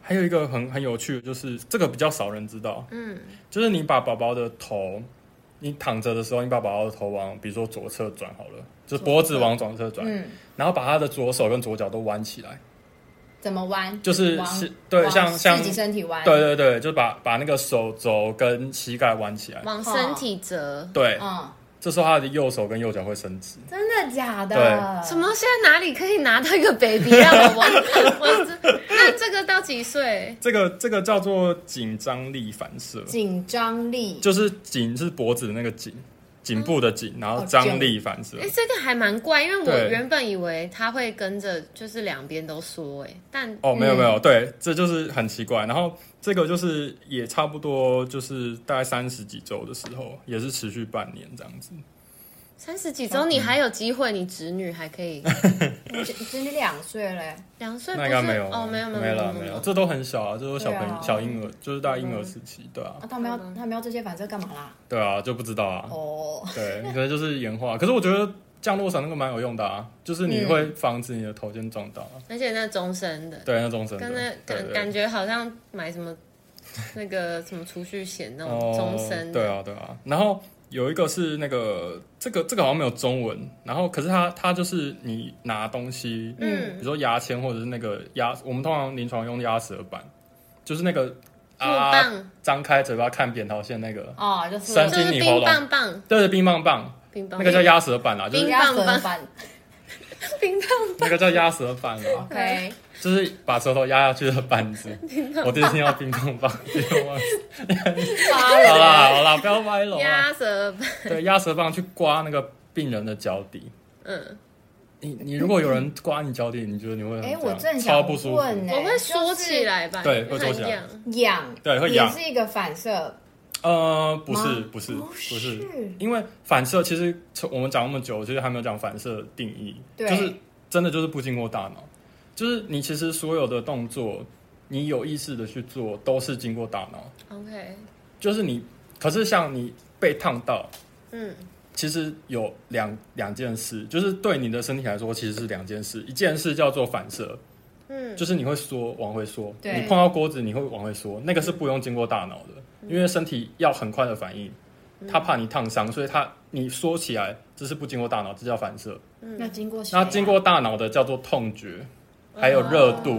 [SPEAKER 2] 还有一个很很有趣的，就是这个比较少人知道，
[SPEAKER 1] 嗯，
[SPEAKER 2] 就是你把宝宝的头，你躺着的时候，你把宝宝的头往，比如说左侧转好了，就是脖子往左侧转，
[SPEAKER 3] 嗯，
[SPEAKER 2] 然后把他的左手跟左脚都弯起来，
[SPEAKER 3] 怎么弯？
[SPEAKER 2] 就是
[SPEAKER 3] 往
[SPEAKER 2] 是对，
[SPEAKER 3] 往
[SPEAKER 2] 像像
[SPEAKER 3] 自己身体弯。
[SPEAKER 2] 对对对，就把把那个手肘跟膝盖弯起来，
[SPEAKER 1] 往身体折。
[SPEAKER 2] 对，
[SPEAKER 3] 嗯，
[SPEAKER 2] 这时候他的右手跟右脚会伸直。
[SPEAKER 3] 真的假的？
[SPEAKER 2] 对
[SPEAKER 1] 什么？现在哪里可以拿到一个 baby 啊？ 我我我这那这个到几岁？
[SPEAKER 2] 这个这个叫做紧张力反射，
[SPEAKER 3] 紧张力？
[SPEAKER 2] 就是紧是脖子的那个紧，颈部的紧，然后张力反射
[SPEAKER 1] 哎、。这个还蛮怪，因为我
[SPEAKER 2] 对
[SPEAKER 1] 原本以为他会跟着就是两边都缩，哎，但
[SPEAKER 2] 哦，没有没有，对，这就是很奇怪。然后这个就是也差不多就是大概三十几周的时候，也是持续半年这样子。
[SPEAKER 1] 三十几周你还有机会，你侄女还可以
[SPEAKER 3] 你侄侄女两岁嘞，
[SPEAKER 1] 两岁不
[SPEAKER 2] 那
[SPEAKER 1] 是
[SPEAKER 2] 应该没有啊
[SPEAKER 1] 哦，没有没有
[SPEAKER 2] 没
[SPEAKER 1] 有
[SPEAKER 2] 了
[SPEAKER 1] 没
[SPEAKER 2] 没
[SPEAKER 1] 有
[SPEAKER 2] 有，，这都很小啊，这都小朋
[SPEAKER 3] 对啊
[SPEAKER 2] 友小婴儿，就是大概婴儿时期，对啊
[SPEAKER 1] 嗯
[SPEAKER 3] 啊，他们要他们要这些反射干嘛啦？
[SPEAKER 2] 对啊，就不知道啊，
[SPEAKER 3] 哦，
[SPEAKER 2] 对，可能就是演化。可是我觉得降落伞那个蛮有用的啊，就是
[SPEAKER 1] 嗯
[SPEAKER 2] 你会防止你的头先撞到啊，
[SPEAKER 1] 而且那终身的，
[SPEAKER 2] 对，那种真的
[SPEAKER 1] 跟那
[SPEAKER 2] 对
[SPEAKER 1] 感
[SPEAKER 2] 对
[SPEAKER 1] 感觉好像买什么那个什么储蓄险那种终身的，
[SPEAKER 2] 对啊，对啊。然后有一个是那个这个这个好像没有中文，然后可是它它就是你拿东西，比
[SPEAKER 1] 嗯
[SPEAKER 2] 如，说牙签或者是那个鸭，我们通常临床用鸭舌板，就是那个
[SPEAKER 1] 木
[SPEAKER 2] 啊
[SPEAKER 1] 棒
[SPEAKER 2] 张开嘴巴看扁桃腺那个，
[SPEAKER 3] 哦，就是
[SPEAKER 2] 三
[SPEAKER 1] 就是
[SPEAKER 2] 金你
[SPEAKER 1] 冰
[SPEAKER 2] 喉咙
[SPEAKER 1] 棒棒，
[SPEAKER 2] 对对，冰棒棒，
[SPEAKER 1] 冰棒
[SPEAKER 2] 那个叫鸭舌板啦，啊就是
[SPEAKER 1] 冰
[SPEAKER 3] 鸭
[SPEAKER 1] 棒
[SPEAKER 3] 舌
[SPEAKER 1] 棒
[SPEAKER 3] 板
[SPEAKER 1] 冰棒
[SPEAKER 2] 那个叫鸭舌板 啦，
[SPEAKER 3] ，OK，
[SPEAKER 2] 就是把舌头压下去的板子。我第一次听到冰棒棒，
[SPEAKER 3] 好
[SPEAKER 2] 好啦好啦，不要歪楼啊。
[SPEAKER 1] 鸭舌棒，
[SPEAKER 2] 对，鸭舌棒去刮那个病人的脚底。
[SPEAKER 1] 嗯，
[SPEAKER 2] 你你如果有人刮你脚底，你觉得你会很这
[SPEAKER 3] 哎、
[SPEAKER 2] 样
[SPEAKER 3] 我正
[SPEAKER 2] 啊超
[SPEAKER 3] 想
[SPEAKER 2] 不舒服，
[SPEAKER 3] 问呢、
[SPEAKER 1] 我会缩起来吧，
[SPEAKER 2] 对会缩
[SPEAKER 1] 很
[SPEAKER 2] 起来
[SPEAKER 1] 痒
[SPEAKER 3] 就是痒，
[SPEAKER 2] 对会
[SPEAKER 3] 也
[SPEAKER 2] 痒
[SPEAKER 3] 是一个反射，
[SPEAKER 2] 呃，不是
[SPEAKER 3] 吗
[SPEAKER 2] 不是
[SPEAKER 3] 不
[SPEAKER 2] 不
[SPEAKER 3] 是
[SPEAKER 2] 是，因为反射其实从我们讲那么久，其实还没有讲反射定义，
[SPEAKER 3] 对
[SPEAKER 2] 就是真的就是不经过大脑，就是你其实所有的动作，你有意识的去做，都是经过大脑，
[SPEAKER 1] ，OK，
[SPEAKER 2] 就是你，可是像你被烫到，
[SPEAKER 1] 嗯，
[SPEAKER 2] 其实有两两件事，就是对你的身体来说，其实是两件事。一件事叫做反射，
[SPEAKER 1] 嗯
[SPEAKER 2] 就是你会缩，往回缩。
[SPEAKER 3] 对
[SPEAKER 2] 你碰到锅子，你会往回缩，那个是不用经过大脑的，
[SPEAKER 1] 嗯
[SPEAKER 2] 因为身体要很快的反应，他怕你烫伤，所以他你缩起来，这是不经过大脑，这叫反射。
[SPEAKER 1] 嗯
[SPEAKER 3] 那经过谁啊
[SPEAKER 2] 那经过大脑的叫做痛觉，
[SPEAKER 1] 哦
[SPEAKER 2] 还有热度，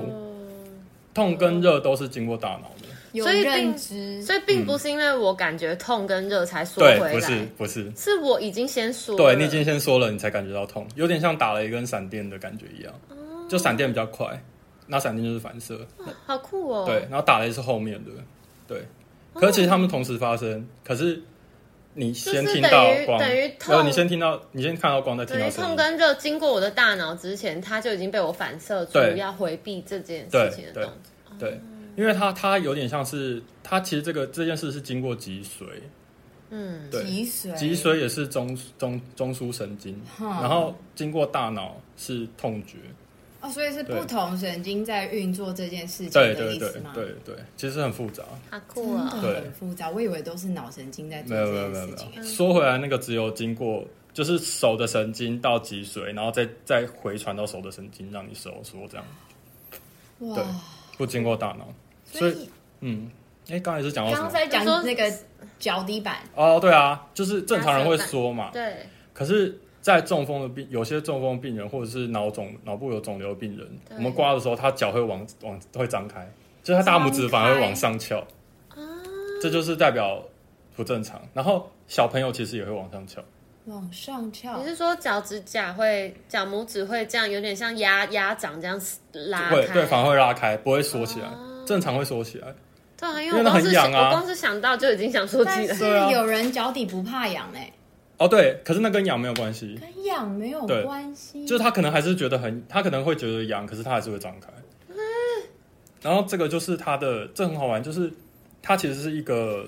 [SPEAKER 2] 痛跟热都是经过大脑的。
[SPEAKER 3] 有
[SPEAKER 1] 所以
[SPEAKER 3] 认
[SPEAKER 1] 并
[SPEAKER 3] 知，
[SPEAKER 1] 所以并不是因为我感觉痛跟热才缩
[SPEAKER 2] 嗯对，
[SPEAKER 1] 回
[SPEAKER 2] 不是
[SPEAKER 1] 来，
[SPEAKER 2] 不是，
[SPEAKER 1] 是我已经先缩了，
[SPEAKER 2] 对你已经先缩了，你才感觉到痛，有点像打了一根闪电的感觉一样，就闪电比较快，那闪电就是反射，
[SPEAKER 1] 好酷哦，
[SPEAKER 2] 对，，然后打雷是后面的，对。可是其实他们同时发生，可是你先听到
[SPEAKER 1] 就
[SPEAKER 2] 光，
[SPEAKER 1] 是等于等于痛
[SPEAKER 2] 然后你先听到，你先看到光，再听
[SPEAKER 1] 等
[SPEAKER 2] 到
[SPEAKER 1] 于
[SPEAKER 2] 声
[SPEAKER 1] 痛
[SPEAKER 2] 音。
[SPEAKER 1] 跟热经过我的大脑之前，它就已经被我反射出
[SPEAKER 2] 对
[SPEAKER 1] 要回避这件
[SPEAKER 2] 对
[SPEAKER 1] 事情的
[SPEAKER 2] 对
[SPEAKER 1] 动作。哦
[SPEAKER 2] 对，因为它它有点像是它其实这个这件事是经过脊髓，
[SPEAKER 1] 嗯，
[SPEAKER 2] 对，
[SPEAKER 3] 脊髓，
[SPEAKER 2] 脊髓也是中中中枢神经，
[SPEAKER 3] 哼
[SPEAKER 2] 然后经过大脑是痛觉，
[SPEAKER 3] 哦，所以是
[SPEAKER 2] 对
[SPEAKER 3] 不同神经在运作这件事情
[SPEAKER 2] 对
[SPEAKER 3] 的
[SPEAKER 2] 对
[SPEAKER 3] 意
[SPEAKER 2] 对
[SPEAKER 3] 思吗？
[SPEAKER 2] 对对，其实很复杂。
[SPEAKER 1] 好酷啊、
[SPEAKER 3] 真
[SPEAKER 1] 哦！
[SPEAKER 3] 的
[SPEAKER 2] 对
[SPEAKER 3] 很复杂，我以为都是脑神经在做
[SPEAKER 2] 没有没有
[SPEAKER 3] 这
[SPEAKER 2] 没有
[SPEAKER 3] 件
[SPEAKER 2] 没
[SPEAKER 3] 事情。
[SPEAKER 2] 有。说回来，那个只有经过就是手的神经到脊髓，然后再再回传到手的神经，让你收缩这样，
[SPEAKER 3] 哇
[SPEAKER 2] 对，不经过大脑。所以，嗯，哎，刚才是讲到
[SPEAKER 3] 刚
[SPEAKER 2] 什
[SPEAKER 3] 刚
[SPEAKER 2] 么？
[SPEAKER 3] 在讲
[SPEAKER 1] 他说
[SPEAKER 3] 那个脚底板，
[SPEAKER 2] 哦，对啊，就是正常人会缩嘛，
[SPEAKER 1] 啊对
[SPEAKER 2] 可是，在中风的病，有些中风病人或者是脑肿脑部有肿瘤的病人，
[SPEAKER 1] 对
[SPEAKER 2] 我们刮的时候，他脚会往往会张开，就是他大拇指反而会往上翘，这就是代表不正常。然后小朋友其实也会往上翘。
[SPEAKER 3] 往上翘
[SPEAKER 1] 你，是说脚趾甲会、脚拇指会这样，有点像鸭鸭掌这样拉
[SPEAKER 2] 会
[SPEAKER 1] 开？
[SPEAKER 2] 对，反而会拉开，不会缩起来，
[SPEAKER 1] 哦
[SPEAKER 2] 正常会缩起来。
[SPEAKER 1] 对啊，因
[SPEAKER 2] 因
[SPEAKER 1] 为
[SPEAKER 2] 为
[SPEAKER 1] 我
[SPEAKER 2] 那
[SPEAKER 1] 光
[SPEAKER 2] 很
[SPEAKER 1] 是想，
[SPEAKER 2] 痒啊
[SPEAKER 1] 我光是想到就已经想说
[SPEAKER 3] 但
[SPEAKER 1] 起来。
[SPEAKER 3] 是
[SPEAKER 2] 对啊
[SPEAKER 3] 有人脚底不怕痒哎、
[SPEAKER 2] 哦，对，可是那跟痒没有关系，
[SPEAKER 3] 跟痒没有
[SPEAKER 2] 对
[SPEAKER 3] 关系，
[SPEAKER 2] 就是他可能还是觉得很，他可能会觉得痒，可是他还是会张开。然后这个就是他的，这很好玩，就是它其实是一个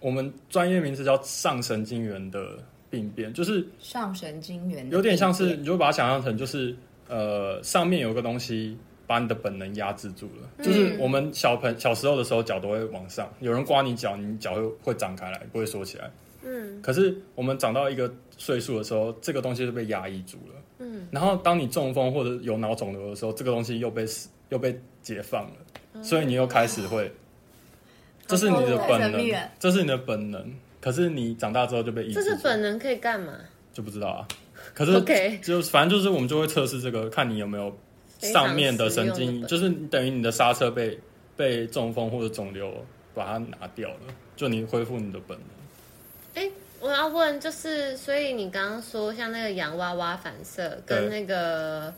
[SPEAKER 2] 我们专业名词叫上神经元的病变，就是
[SPEAKER 3] 上神经元的
[SPEAKER 2] 有点像是
[SPEAKER 3] 病
[SPEAKER 2] 你就把它想象成就是呃上面有个东西把你的本能压制住了，就是我们小朋小时候的时候脚都会往上，有人刮你脚，你脚会会长开来，不会缩起来。
[SPEAKER 1] 嗯
[SPEAKER 2] 可是我们长到一个岁数的时候，这个东西就被压抑住了。
[SPEAKER 1] 嗯，
[SPEAKER 2] 然后当你中风或者有脑肿瘤的时候，这个东西又被又被解放了，所以你又开始会，这是你的
[SPEAKER 3] 好
[SPEAKER 2] 本
[SPEAKER 3] 神秘
[SPEAKER 2] 能
[SPEAKER 3] 耶，
[SPEAKER 2] 这是你的本能。可是你长大之后就被抑制
[SPEAKER 1] 这
[SPEAKER 2] 住
[SPEAKER 1] 个
[SPEAKER 2] 了，
[SPEAKER 1] 本能可以干嘛？
[SPEAKER 2] 就不知道啊。可是
[SPEAKER 1] OK
[SPEAKER 2] 就是反正就是我们就会测试这个，看你有没有上面的神
[SPEAKER 1] 非常实用
[SPEAKER 2] 经，
[SPEAKER 1] 的本
[SPEAKER 2] 就是等于你的刹车被被中风或者肿瘤把它拿掉了，就你恢复你的本能。
[SPEAKER 1] 哎，我要问就是，所以你刚刚说像那个洋娃娃反射跟
[SPEAKER 2] 对
[SPEAKER 1] 那个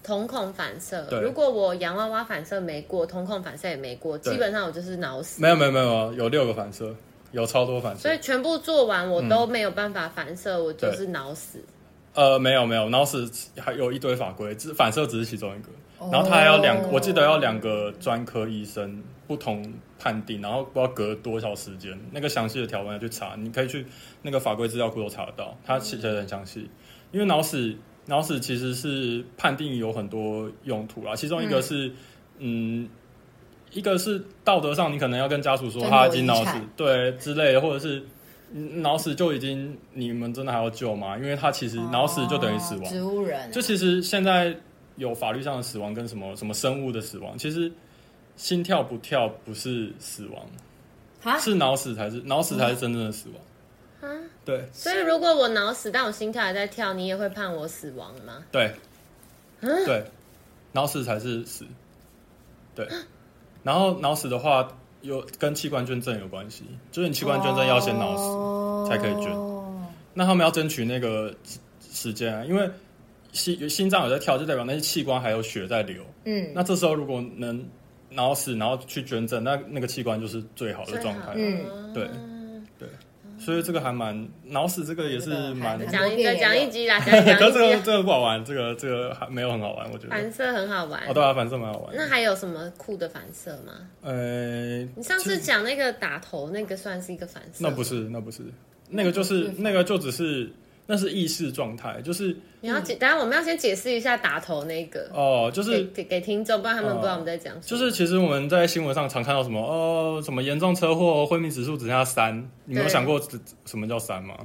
[SPEAKER 1] 瞳孔反射
[SPEAKER 2] 对，
[SPEAKER 1] 如果我洋娃娃反射没过，瞳孔反射也没过，
[SPEAKER 2] 对
[SPEAKER 1] 基本上我就是脑死。
[SPEAKER 2] 没有没有没有，有六个反射，有超多反射
[SPEAKER 1] 所。以全部做完我都没有办法反射，我就是脑死。
[SPEAKER 2] 呃，没有没有，然后是还有一堆法规，只反射只是其中一个，
[SPEAKER 3] 哦
[SPEAKER 2] 然后他还要两，我记得要两个专科医生不同判定，然后不知道隔多少时间，那个详细的条文要去查，你可以去那个法规资料库都查得到，他写的很详细。因为脑死，脑死其实是判定有很多用途啦，其中一个是，嗯一个是道德上你可能要跟家属说
[SPEAKER 3] 争夺
[SPEAKER 2] 他已经脑
[SPEAKER 3] 遗
[SPEAKER 2] 死
[SPEAKER 3] 产，
[SPEAKER 2] 对之类的，或者是。嗯脑死就已经，你们真的还要救吗？因为他其实脑死就等于死亡，
[SPEAKER 3] 哦植物人
[SPEAKER 2] 就其实现在有法律上的死亡跟什么什么生物的死亡，其实心跳不跳不是死亡，
[SPEAKER 3] 啊，
[SPEAKER 2] 是脑死才是脑死才是真正的死亡。
[SPEAKER 1] 啊，
[SPEAKER 2] 对
[SPEAKER 1] 所以如果我脑死，但我心跳还在跳，你也会判我死亡吗？
[SPEAKER 2] 对对，脑死才是死。对，然后脑死的话有跟器官捐赠有关系，就是你器官捐赠要先脑死。才可以捐
[SPEAKER 3] 哦
[SPEAKER 2] 那他们要争取那个时时间啊，因为心心脏有在跳，就代表那些器官还有血在流。
[SPEAKER 3] 嗯
[SPEAKER 2] 那这时候如果能脑死，然后去捐赠，那那个器官就是最好的状态。
[SPEAKER 3] 最好
[SPEAKER 2] 嗯对所以这个还蛮脑死，这个也是蛮
[SPEAKER 3] 这。个
[SPEAKER 1] 讲一
[SPEAKER 3] 很多
[SPEAKER 1] 个
[SPEAKER 3] 遍
[SPEAKER 1] 讲一集啦，讲
[SPEAKER 2] 可
[SPEAKER 1] 讲
[SPEAKER 2] 是
[SPEAKER 1] 一
[SPEAKER 2] 这
[SPEAKER 1] 集
[SPEAKER 2] 个
[SPEAKER 1] 啦。
[SPEAKER 2] 这个不好玩，这个这个还没有很好玩，我觉得。
[SPEAKER 1] 反射很好玩
[SPEAKER 2] 哦，，对啊，反正蛮好玩
[SPEAKER 1] 那
[SPEAKER 2] 的。
[SPEAKER 1] 还有什么酷的反射吗？
[SPEAKER 2] 呃，
[SPEAKER 1] 你上次
[SPEAKER 2] 其实
[SPEAKER 1] 讲那个打头那个算是一个反射，
[SPEAKER 2] 那不是那不是那个就是那个就只是那是意识状态，就是
[SPEAKER 1] 你要解，等一下我们要先解释一下打头那个，
[SPEAKER 2] 哦、就是哦
[SPEAKER 1] 给给给听众，不然他们不知道我们在讲什
[SPEAKER 2] 就
[SPEAKER 1] 么。
[SPEAKER 2] 是其实我们在新闻上常看到什么哦，什么严重车祸昏迷指数只剩下三，你没有
[SPEAKER 1] 对
[SPEAKER 2] 想过只什么叫三吗？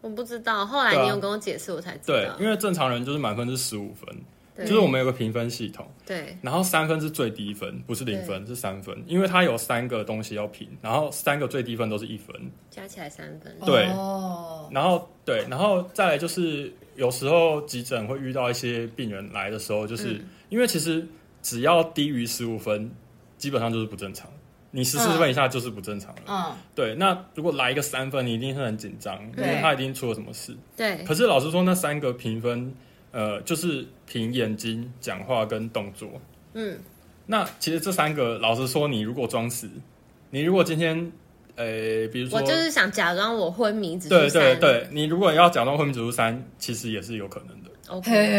[SPEAKER 1] 我不知道，后来
[SPEAKER 2] 对啊
[SPEAKER 1] 你有跟我解释，我才知
[SPEAKER 2] 对
[SPEAKER 1] 道，。
[SPEAKER 2] 因为正常人就是满分是十五分，
[SPEAKER 1] 啊对
[SPEAKER 2] 就是我们有个评分系统，
[SPEAKER 1] 对
[SPEAKER 2] 然后三分是最低分，不是零分，是三分，因为它有三个东西要评，然后三个最低分都是一分，
[SPEAKER 1] 加起来三分，
[SPEAKER 2] 对
[SPEAKER 3] 哦
[SPEAKER 2] 然后对，然后再来就是有时候急诊会遇到一些病人来的时候，就是、
[SPEAKER 1] 嗯
[SPEAKER 2] 因为其实只要低于十五分，基本上就是不正常，你十
[SPEAKER 1] 嗯
[SPEAKER 2] 四分以下就是不正常了。
[SPEAKER 3] 嗯，
[SPEAKER 2] 对，那如果来一个三分，你一定会很紧张，因
[SPEAKER 3] 对
[SPEAKER 2] 为他一定出了什么事。
[SPEAKER 1] 对
[SPEAKER 2] 可是老实说，那三个评分，呃，就是凭眼睛、讲话跟动作。
[SPEAKER 1] 嗯，
[SPEAKER 2] 那其实这三个，老实说，你如果装死，你如果今天，呃，比如说，
[SPEAKER 1] 我就是想假装我昏迷，只
[SPEAKER 2] 对
[SPEAKER 1] 是
[SPEAKER 2] 对对，你如果要假装昏迷指数三，其实也是有可能的。
[SPEAKER 1] ，OK。
[SPEAKER 3] 嘿，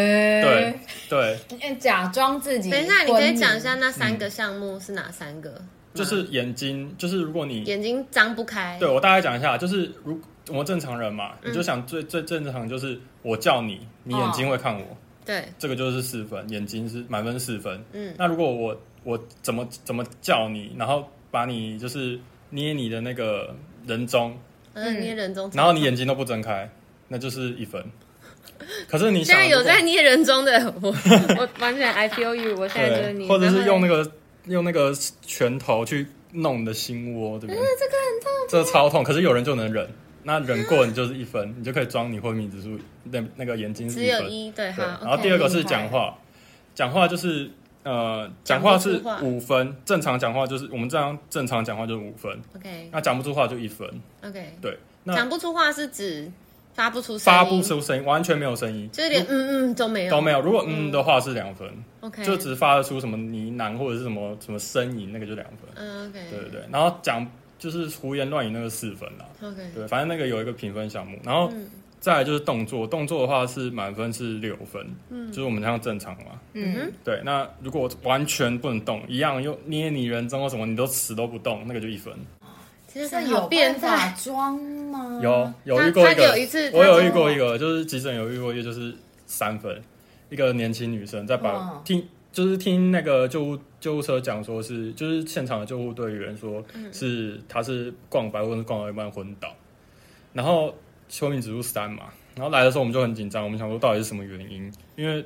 [SPEAKER 2] 对对，
[SPEAKER 3] 对，假装自己。
[SPEAKER 1] 等一下，你可以讲一。下那三个项目是哪三个？
[SPEAKER 2] 就是眼睛，就是如果你
[SPEAKER 1] 眼睛张不开，
[SPEAKER 2] 对我大概讲一下，就是如我们正常人嘛，
[SPEAKER 1] 嗯
[SPEAKER 2] 你就想最最正常就是我叫你，你眼
[SPEAKER 1] 哦
[SPEAKER 2] 睛会看我，
[SPEAKER 1] 对
[SPEAKER 2] 这个就是四分，眼睛是满分四分。
[SPEAKER 1] 嗯，
[SPEAKER 2] 那如果我我怎么怎么叫你，然后把你就是捏你的那个人中，
[SPEAKER 1] 嗯，捏人中，
[SPEAKER 2] 然后你眼睛都不睁开，那就是一分。可是你
[SPEAKER 1] 现
[SPEAKER 2] 想
[SPEAKER 1] 在有
[SPEAKER 2] 如果
[SPEAKER 1] 在捏人中的， 我我完全 I feel you，我现在就是
[SPEAKER 2] 对，
[SPEAKER 1] 你，
[SPEAKER 2] 或者是用那
[SPEAKER 1] 个，
[SPEAKER 2] 个用那个拳头去弄你的心窝这
[SPEAKER 1] 嗯
[SPEAKER 2] 边，这个很痛，这超痛。可是有人就能忍，那忍过你就是一分，你就可以装你昏迷指数那那个眼睛是
[SPEAKER 1] 只
[SPEAKER 2] 分
[SPEAKER 1] 有。一，对，
[SPEAKER 2] 对，
[SPEAKER 1] 好
[SPEAKER 2] 然
[SPEAKER 1] OK，
[SPEAKER 2] 后第二个是
[SPEAKER 3] 厉害
[SPEAKER 2] 讲话，讲话就是呃，
[SPEAKER 1] 讲
[SPEAKER 2] 讲
[SPEAKER 1] 不
[SPEAKER 2] 话
[SPEAKER 1] 出
[SPEAKER 2] 是
[SPEAKER 1] 话
[SPEAKER 2] 五分，正常讲话就是我们这样正常讲话就是五分，
[SPEAKER 1] OK
[SPEAKER 2] 那讲不出话就一分。
[SPEAKER 1] OK，
[SPEAKER 2] 对，那
[SPEAKER 1] 讲不出话是指发不出声音，
[SPEAKER 2] 发不出声音，完全没有声音
[SPEAKER 1] 就是连嗯嗯嗯都没有，
[SPEAKER 2] 都没有。如果嗯的话是两分，
[SPEAKER 1] OK，
[SPEAKER 2] 就只发得出什么呢喃或者是什么什么呻吟，那个就两分。
[SPEAKER 1] 嗯 OK，
[SPEAKER 2] 对对对，然后讲就是胡言乱语那个四分啦，
[SPEAKER 1] OK，
[SPEAKER 2] 对，反正那个有一个评分项目，然后
[SPEAKER 1] 嗯
[SPEAKER 2] 再来就是动作，动作的话是满分是六分，嗯，就是我们像正常嘛，
[SPEAKER 3] 嗯，
[SPEAKER 2] 对，那如果完全不能动，一样又捏你人中或什么，你都死都不动，那个就一分。
[SPEAKER 1] 其实
[SPEAKER 3] 是
[SPEAKER 1] 好
[SPEAKER 3] 有
[SPEAKER 1] 变
[SPEAKER 3] 办法
[SPEAKER 1] 态，
[SPEAKER 3] 装吗？
[SPEAKER 2] 有有
[SPEAKER 1] 嗯他
[SPEAKER 2] 遇过一
[SPEAKER 1] 他
[SPEAKER 2] 个，
[SPEAKER 1] 有一次
[SPEAKER 2] 我
[SPEAKER 1] 他
[SPEAKER 2] 有
[SPEAKER 1] 就
[SPEAKER 2] 遇过一个，就是急诊有遇过一个，就是三分，一个年轻女生在把、
[SPEAKER 3] 嗯
[SPEAKER 2] 听，就是听那个救护救护车讲说是，就是现场的救护队员说是她是逛百货公司逛到一半昏倒，然后休眠指数三嘛，然后来的时候我们就很紧张，我们想说到底是什么原因，因为。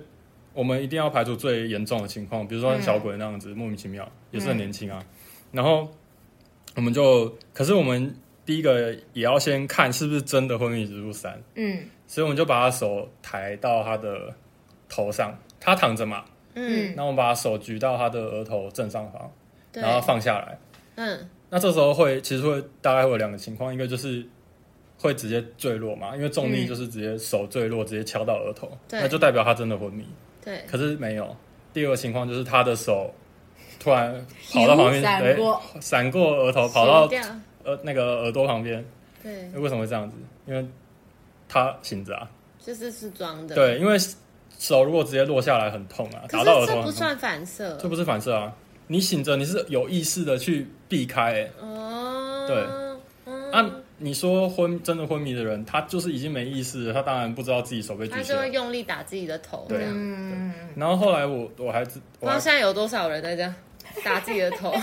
[SPEAKER 2] 我们一定要排除最严重的情况，比如说像小鬼那样子、莫名其妙，也是很年轻啊。然后我们就，可是我们第一个也要先看是不是真的昏迷指数三，
[SPEAKER 3] 嗯
[SPEAKER 2] 所以我们就把他手抬到他的头上，他躺着嘛，
[SPEAKER 1] 嗯
[SPEAKER 2] 那我们把手举到他的额头正上方，
[SPEAKER 3] 嗯
[SPEAKER 1] 对，
[SPEAKER 2] 然后放下来。
[SPEAKER 1] 嗯
[SPEAKER 2] 那这时候会其实会大概会有两个情况，一个就是会直接坠落嘛，因为重力就是直接手坠落，直接敲到额头，
[SPEAKER 1] 对
[SPEAKER 2] 那就代表他真的昏迷。
[SPEAKER 1] 对，
[SPEAKER 2] 可是没有。第二个情况就是他的手突然跑到旁边，
[SPEAKER 3] 闪
[SPEAKER 2] 对
[SPEAKER 3] 过
[SPEAKER 2] 闪过额头，跑到
[SPEAKER 1] 死掉，
[SPEAKER 2] 呃那个耳朵旁边。
[SPEAKER 1] 对，
[SPEAKER 2] 为什么会这样子？因为他醒着啊。
[SPEAKER 1] 就是是装的。，
[SPEAKER 2] 对，因为手如果直接落下来很痛啊，
[SPEAKER 1] 可
[SPEAKER 2] 打
[SPEAKER 1] 是
[SPEAKER 2] 到
[SPEAKER 1] 这
[SPEAKER 2] 耳
[SPEAKER 1] 不
[SPEAKER 2] 朵很痛。
[SPEAKER 1] 算反射
[SPEAKER 2] 这不是反射啊，你醒着你是有意识的去避开、欸。
[SPEAKER 1] 哦。
[SPEAKER 2] 对
[SPEAKER 1] 嗯，
[SPEAKER 2] 啊，你说昏真的昏迷的人，他就是已经没意识了，他当然不知道自己手被
[SPEAKER 1] 他
[SPEAKER 2] 举起
[SPEAKER 1] 就会
[SPEAKER 2] 来。
[SPEAKER 1] 用力打自己的头，
[SPEAKER 2] 对啊
[SPEAKER 1] 这样。
[SPEAKER 3] 嗯，
[SPEAKER 2] 然后后来我我还知
[SPEAKER 1] 不知
[SPEAKER 2] 我
[SPEAKER 1] 道
[SPEAKER 2] 还
[SPEAKER 1] 现在有多少人在这样打自己的 头。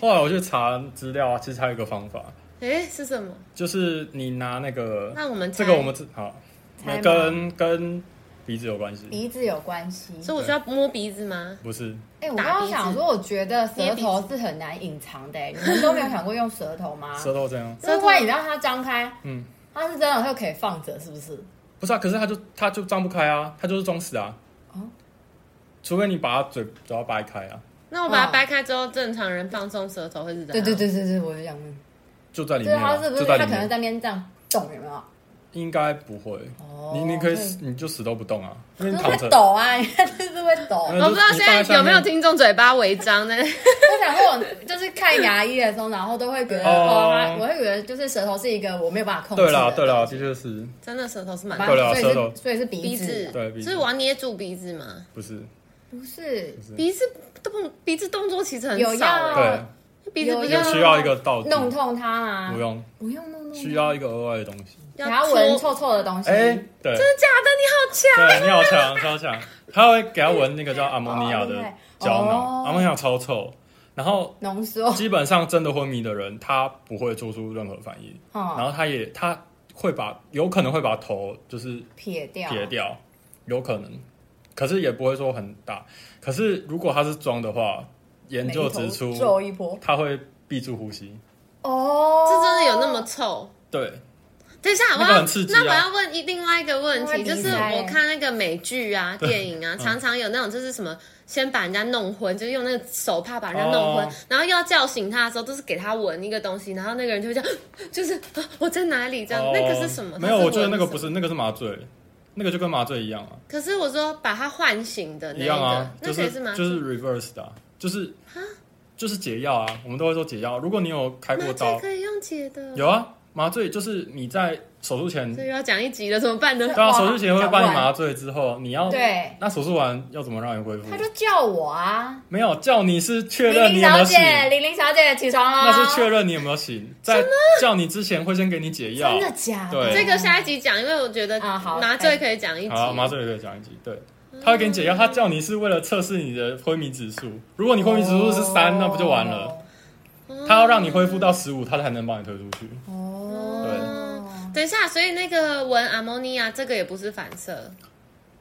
[SPEAKER 2] 后来我去查资料啊，其实还有一个方法，
[SPEAKER 1] 诶，是什么？
[SPEAKER 2] 就是你拿那个，
[SPEAKER 1] 那我们
[SPEAKER 2] 这
[SPEAKER 1] 猜
[SPEAKER 2] 个我们知好，
[SPEAKER 3] 猜吗
[SPEAKER 2] 跟跟鼻子有关系，
[SPEAKER 3] 鼻子有关系。
[SPEAKER 1] 所以我需要摸鼻子吗？
[SPEAKER 2] 不是？
[SPEAKER 3] 哎、我
[SPEAKER 1] 打
[SPEAKER 3] 刚
[SPEAKER 1] 鼻子
[SPEAKER 3] 刚想说，我觉得舌
[SPEAKER 1] 捏鼻
[SPEAKER 3] 头是很难隐 藏的、哎你们都没有想过用舌头吗？
[SPEAKER 2] 舌头这样，
[SPEAKER 3] 就是突然你让它张开，
[SPEAKER 2] 嗯，
[SPEAKER 3] 它是真的会可以放着，是不是？
[SPEAKER 2] 不是啊，可是他就他就张不开啊，他就是装死啊，
[SPEAKER 3] 哦
[SPEAKER 2] 除非你把他嘴嘴巴掰开啊，
[SPEAKER 1] 那我把它掰开之后，正常人放松舌头会是怎
[SPEAKER 3] 对
[SPEAKER 1] 样？
[SPEAKER 3] 对对对对，我就想问，
[SPEAKER 2] 就在里
[SPEAKER 3] 就是
[SPEAKER 2] 面啊、
[SPEAKER 3] 它是不是
[SPEAKER 2] 就在
[SPEAKER 3] 它
[SPEAKER 2] 里
[SPEAKER 3] 可能
[SPEAKER 2] 面，
[SPEAKER 3] 在那边这样动，有没有？
[SPEAKER 2] 应该不会，
[SPEAKER 3] 哦
[SPEAKER 2] 你你可以
[SPEAKER 3] 对
[SPEAKER 2] 死你就死都不动啊，因为
[SPEAKER 3] 就
[SPEAKER 2] 你
[SPEAKER 3] 是
[SPEAKER 2] 躺
[SPEAKER 3] 会
[SPEAKER 2] 着，
[SPEAKER 3] 抖啊， 你看就是会抖。
[SPEAKER 2] 嗯
[SPEAKER 1] 我不知道现在有没有听众嘴巴违章呢？
[SPEAKER 3] 我想说，我就是看牙医的时候，然后都会觉得
[SPEAKER 2] 哦
[SPEAKER 3] 哦，它我会觉得就是舌头是一个我没有办法控制
[SPEAKER 2] 对
[SPEAKER 3] 的
[SPEAKER 2] 啦
[SPEAKER 3] 东西。
[SPEAKER 2] 对啦，的确是，
[SPEAKER 1] 真的舌头是蛮
[SPEAKER 3] 吧，
[SPEAKER 2] 对啦
[SPEAKER 3] 所以
[SPEAKER 2] 舌头
[SPEAKER 3] 是所以是
[SPEAKER 1] 鼻
[SPEAKER 3] 鼻
[SPEAKER 1] 子
[SPEAKER 3] 子，，
[SPEAKER 2] 对鼻子
[SPEAKER 1] 就是我要捏住鼻子嘛。
[SPEAKER 2] 不是
[SPEAKER 3] 不是
[SPEAKER 2] 对
[SPEAKER 1] 鼻子动，鼻子动作其实很
[SPEAKER 3] 有
[SPEAKER 1] 少
[SPEAKER 3] 要
[SPEAKER 1] 欸，
[SPEAKER 2] 对，
[SPEAKER 1] 鼻子比
[SPEAKER 3] 有
[SPEAKER 1] 较
[SPEAKER 2] 有需要一个道具，
[SPEAKER 3] 哦弄痛它吗？
[SPEAKER 2] 不用，
[SPEAKER 3] 不用弄弄它，
[SPEAKER 2] 需要一个额外的东西，
[SPEAKER 1] 要
[SPEAKER 3] 然后闻
[SPEAKER 1] 搓
[SPEAKER 3] 臭臭的东西。
[SPEAKER 2] 哎、对。
[SPEAKER 1] 真的假的？你好强！
[SPEAKER 2] 对，你好强，超强！他会给他闻那个叫阿莫尼亚的
[SPEAKER 3] 哦厉害
[SPEAKER 2] 胶
[SPEAKER 3] 哦
[SPEAKER 2] 囊，阿莫尼亚超臭。然后
[SPEAKER 3] 浓缩，
[SPEAKER 2] 基本上真的昏迷的人，他不会做出任何反应，然
[SPEAKER 3] 嗯，
[SPEAKER 2] 后他也他会把有可能会把头就是
[SPEAKER 3] 撇掉，
[SPEAKER 2] 撇掉，有可能，可是也不会说很大。可是如果他是装的话，研究指
[SPEAKER 3] 眉头皱
[SPEAKER 2] 出
[SPEAKER 3] 一波。
[SPEAKER 2] 他会闭住呼吸，
[SPEAKER 3] 哦，
[SPEAKER 1] 这真的有那么臭？
[SPEAKER 2] 对，
[SPEAKER 1] 等一下，我
[SPEAKER 2] 那个
[SPEAKER 1] 要
[SPEAKER 2] 很刺激啊
[SPEAKER 1] 那我要问一另外一个问
[SPEAKER 3] 那会
[SPEAKER 1] 题，
[SPEAKER 3] 鼻
[SPEAKER 1] 就是
[SPEAKER 3] 塞
[SPEAKER 1] 我看那个美剧啊、电影
[SPEAKER 2] 嗯
[SPEAKER 1] 啊，常常有那种就是什么，先把人家弄昏，就是用那个手帕把人家弄昏，
[SPEAKER 2] 哦
[SPEAKER 1] 然后又要叫醒他的时候，都是给他闻一个东西，然后那个人就会这样， 就是、啊我在哪里这样，
[SPEAKER 2] 哦
[SPEAKER 1] 那个是什么？
[SPEAKER 2] 没有，我觉得
[SPEAKER 1] 闻
[SPEAKER 2] 那个
[SPEAKER 1] 什
[SPEAKER 2] 不
[SPEAKER 1] 么。
[SPEAKER 2] 是，那个是麻醉，那个就跟麻醉一样啊。
[SPEAKER 1] 可是我说把他唤醒的那
[SPEAKER 2] 一样啊，
[SPEAKER 1] 个，那
[SPEAKER 2] 就
[SPEAKER 1] 谁是麻醉？
[SPEAKER 2] 就是 reverse 的啊、就是就是解药啊，我们都会说解药。如果你有开过
[SPEAKER 1] 麻醉
[SPEAKER 2] 刀，
[SPEAKER 1] 可以用解
[SPEAKER 3] 嗯
[SPEAKER 1] 的，
[SPEAKER 2] 有啊，麻醉就是你在手术前，
[SPEAKER 1] 这
[SPEAKER 2] 对
[SPEAKER 1] 又要讲一集了，怎么办呢？
[SPEAKER 2] 啊，
[SPEAKER 3] 哇
[SPEAKER 2] 手术前会
[SPEAKER 3] 讲
[SPEAKER 2] 帮你
[SPEAKER 3] 完
[SPEAKER 2] 麻醉之后，你要
[SPEAKER 3] 对，
[SPEAKER 2] 那手术完要怎么让你恢复
[SPEAKER 3] 他？就叫我啊，
[SPEAKER 2] 没有叫你是确认
[SPEAKER 3] 玲
[SPEAKER 2] 你有没
[SPEAKER 3] 玲小
[SPEAKER 2] 有醒，
[SPEAKER 3] 姐，玲玲小姐起床了，
[SPEAKER 2] 那是确认你有没有醒，在叫你之前会先给你解药
[SPEAKER 3] 真。的假的？
[SPEAKER 2] 对
[SPEAKER 1] 这个下一集讲，因为我觉得
[SPEAKER 3] 啊好
[SPEAKER 1] 麻醉可以讲一集。
[SPEAKER 2] 好，麻醉也可以讲一集，对。
[SPEAKER 3] 嗯
[SPEAKER 2] 他会给你解药，他叫你是为了测试你的昏迷指数。如果你昏迷指数是三，那不就完了？
[SPEAKER 3] 哦
[SPEAKER 2] 他要让你恢复到十五，他才能帮你推出去。
[SPEAKER 3] 哦？哦，
[SPEAKER 1] 等一下，所以那个闻阿莫尼亚这个也不是反射，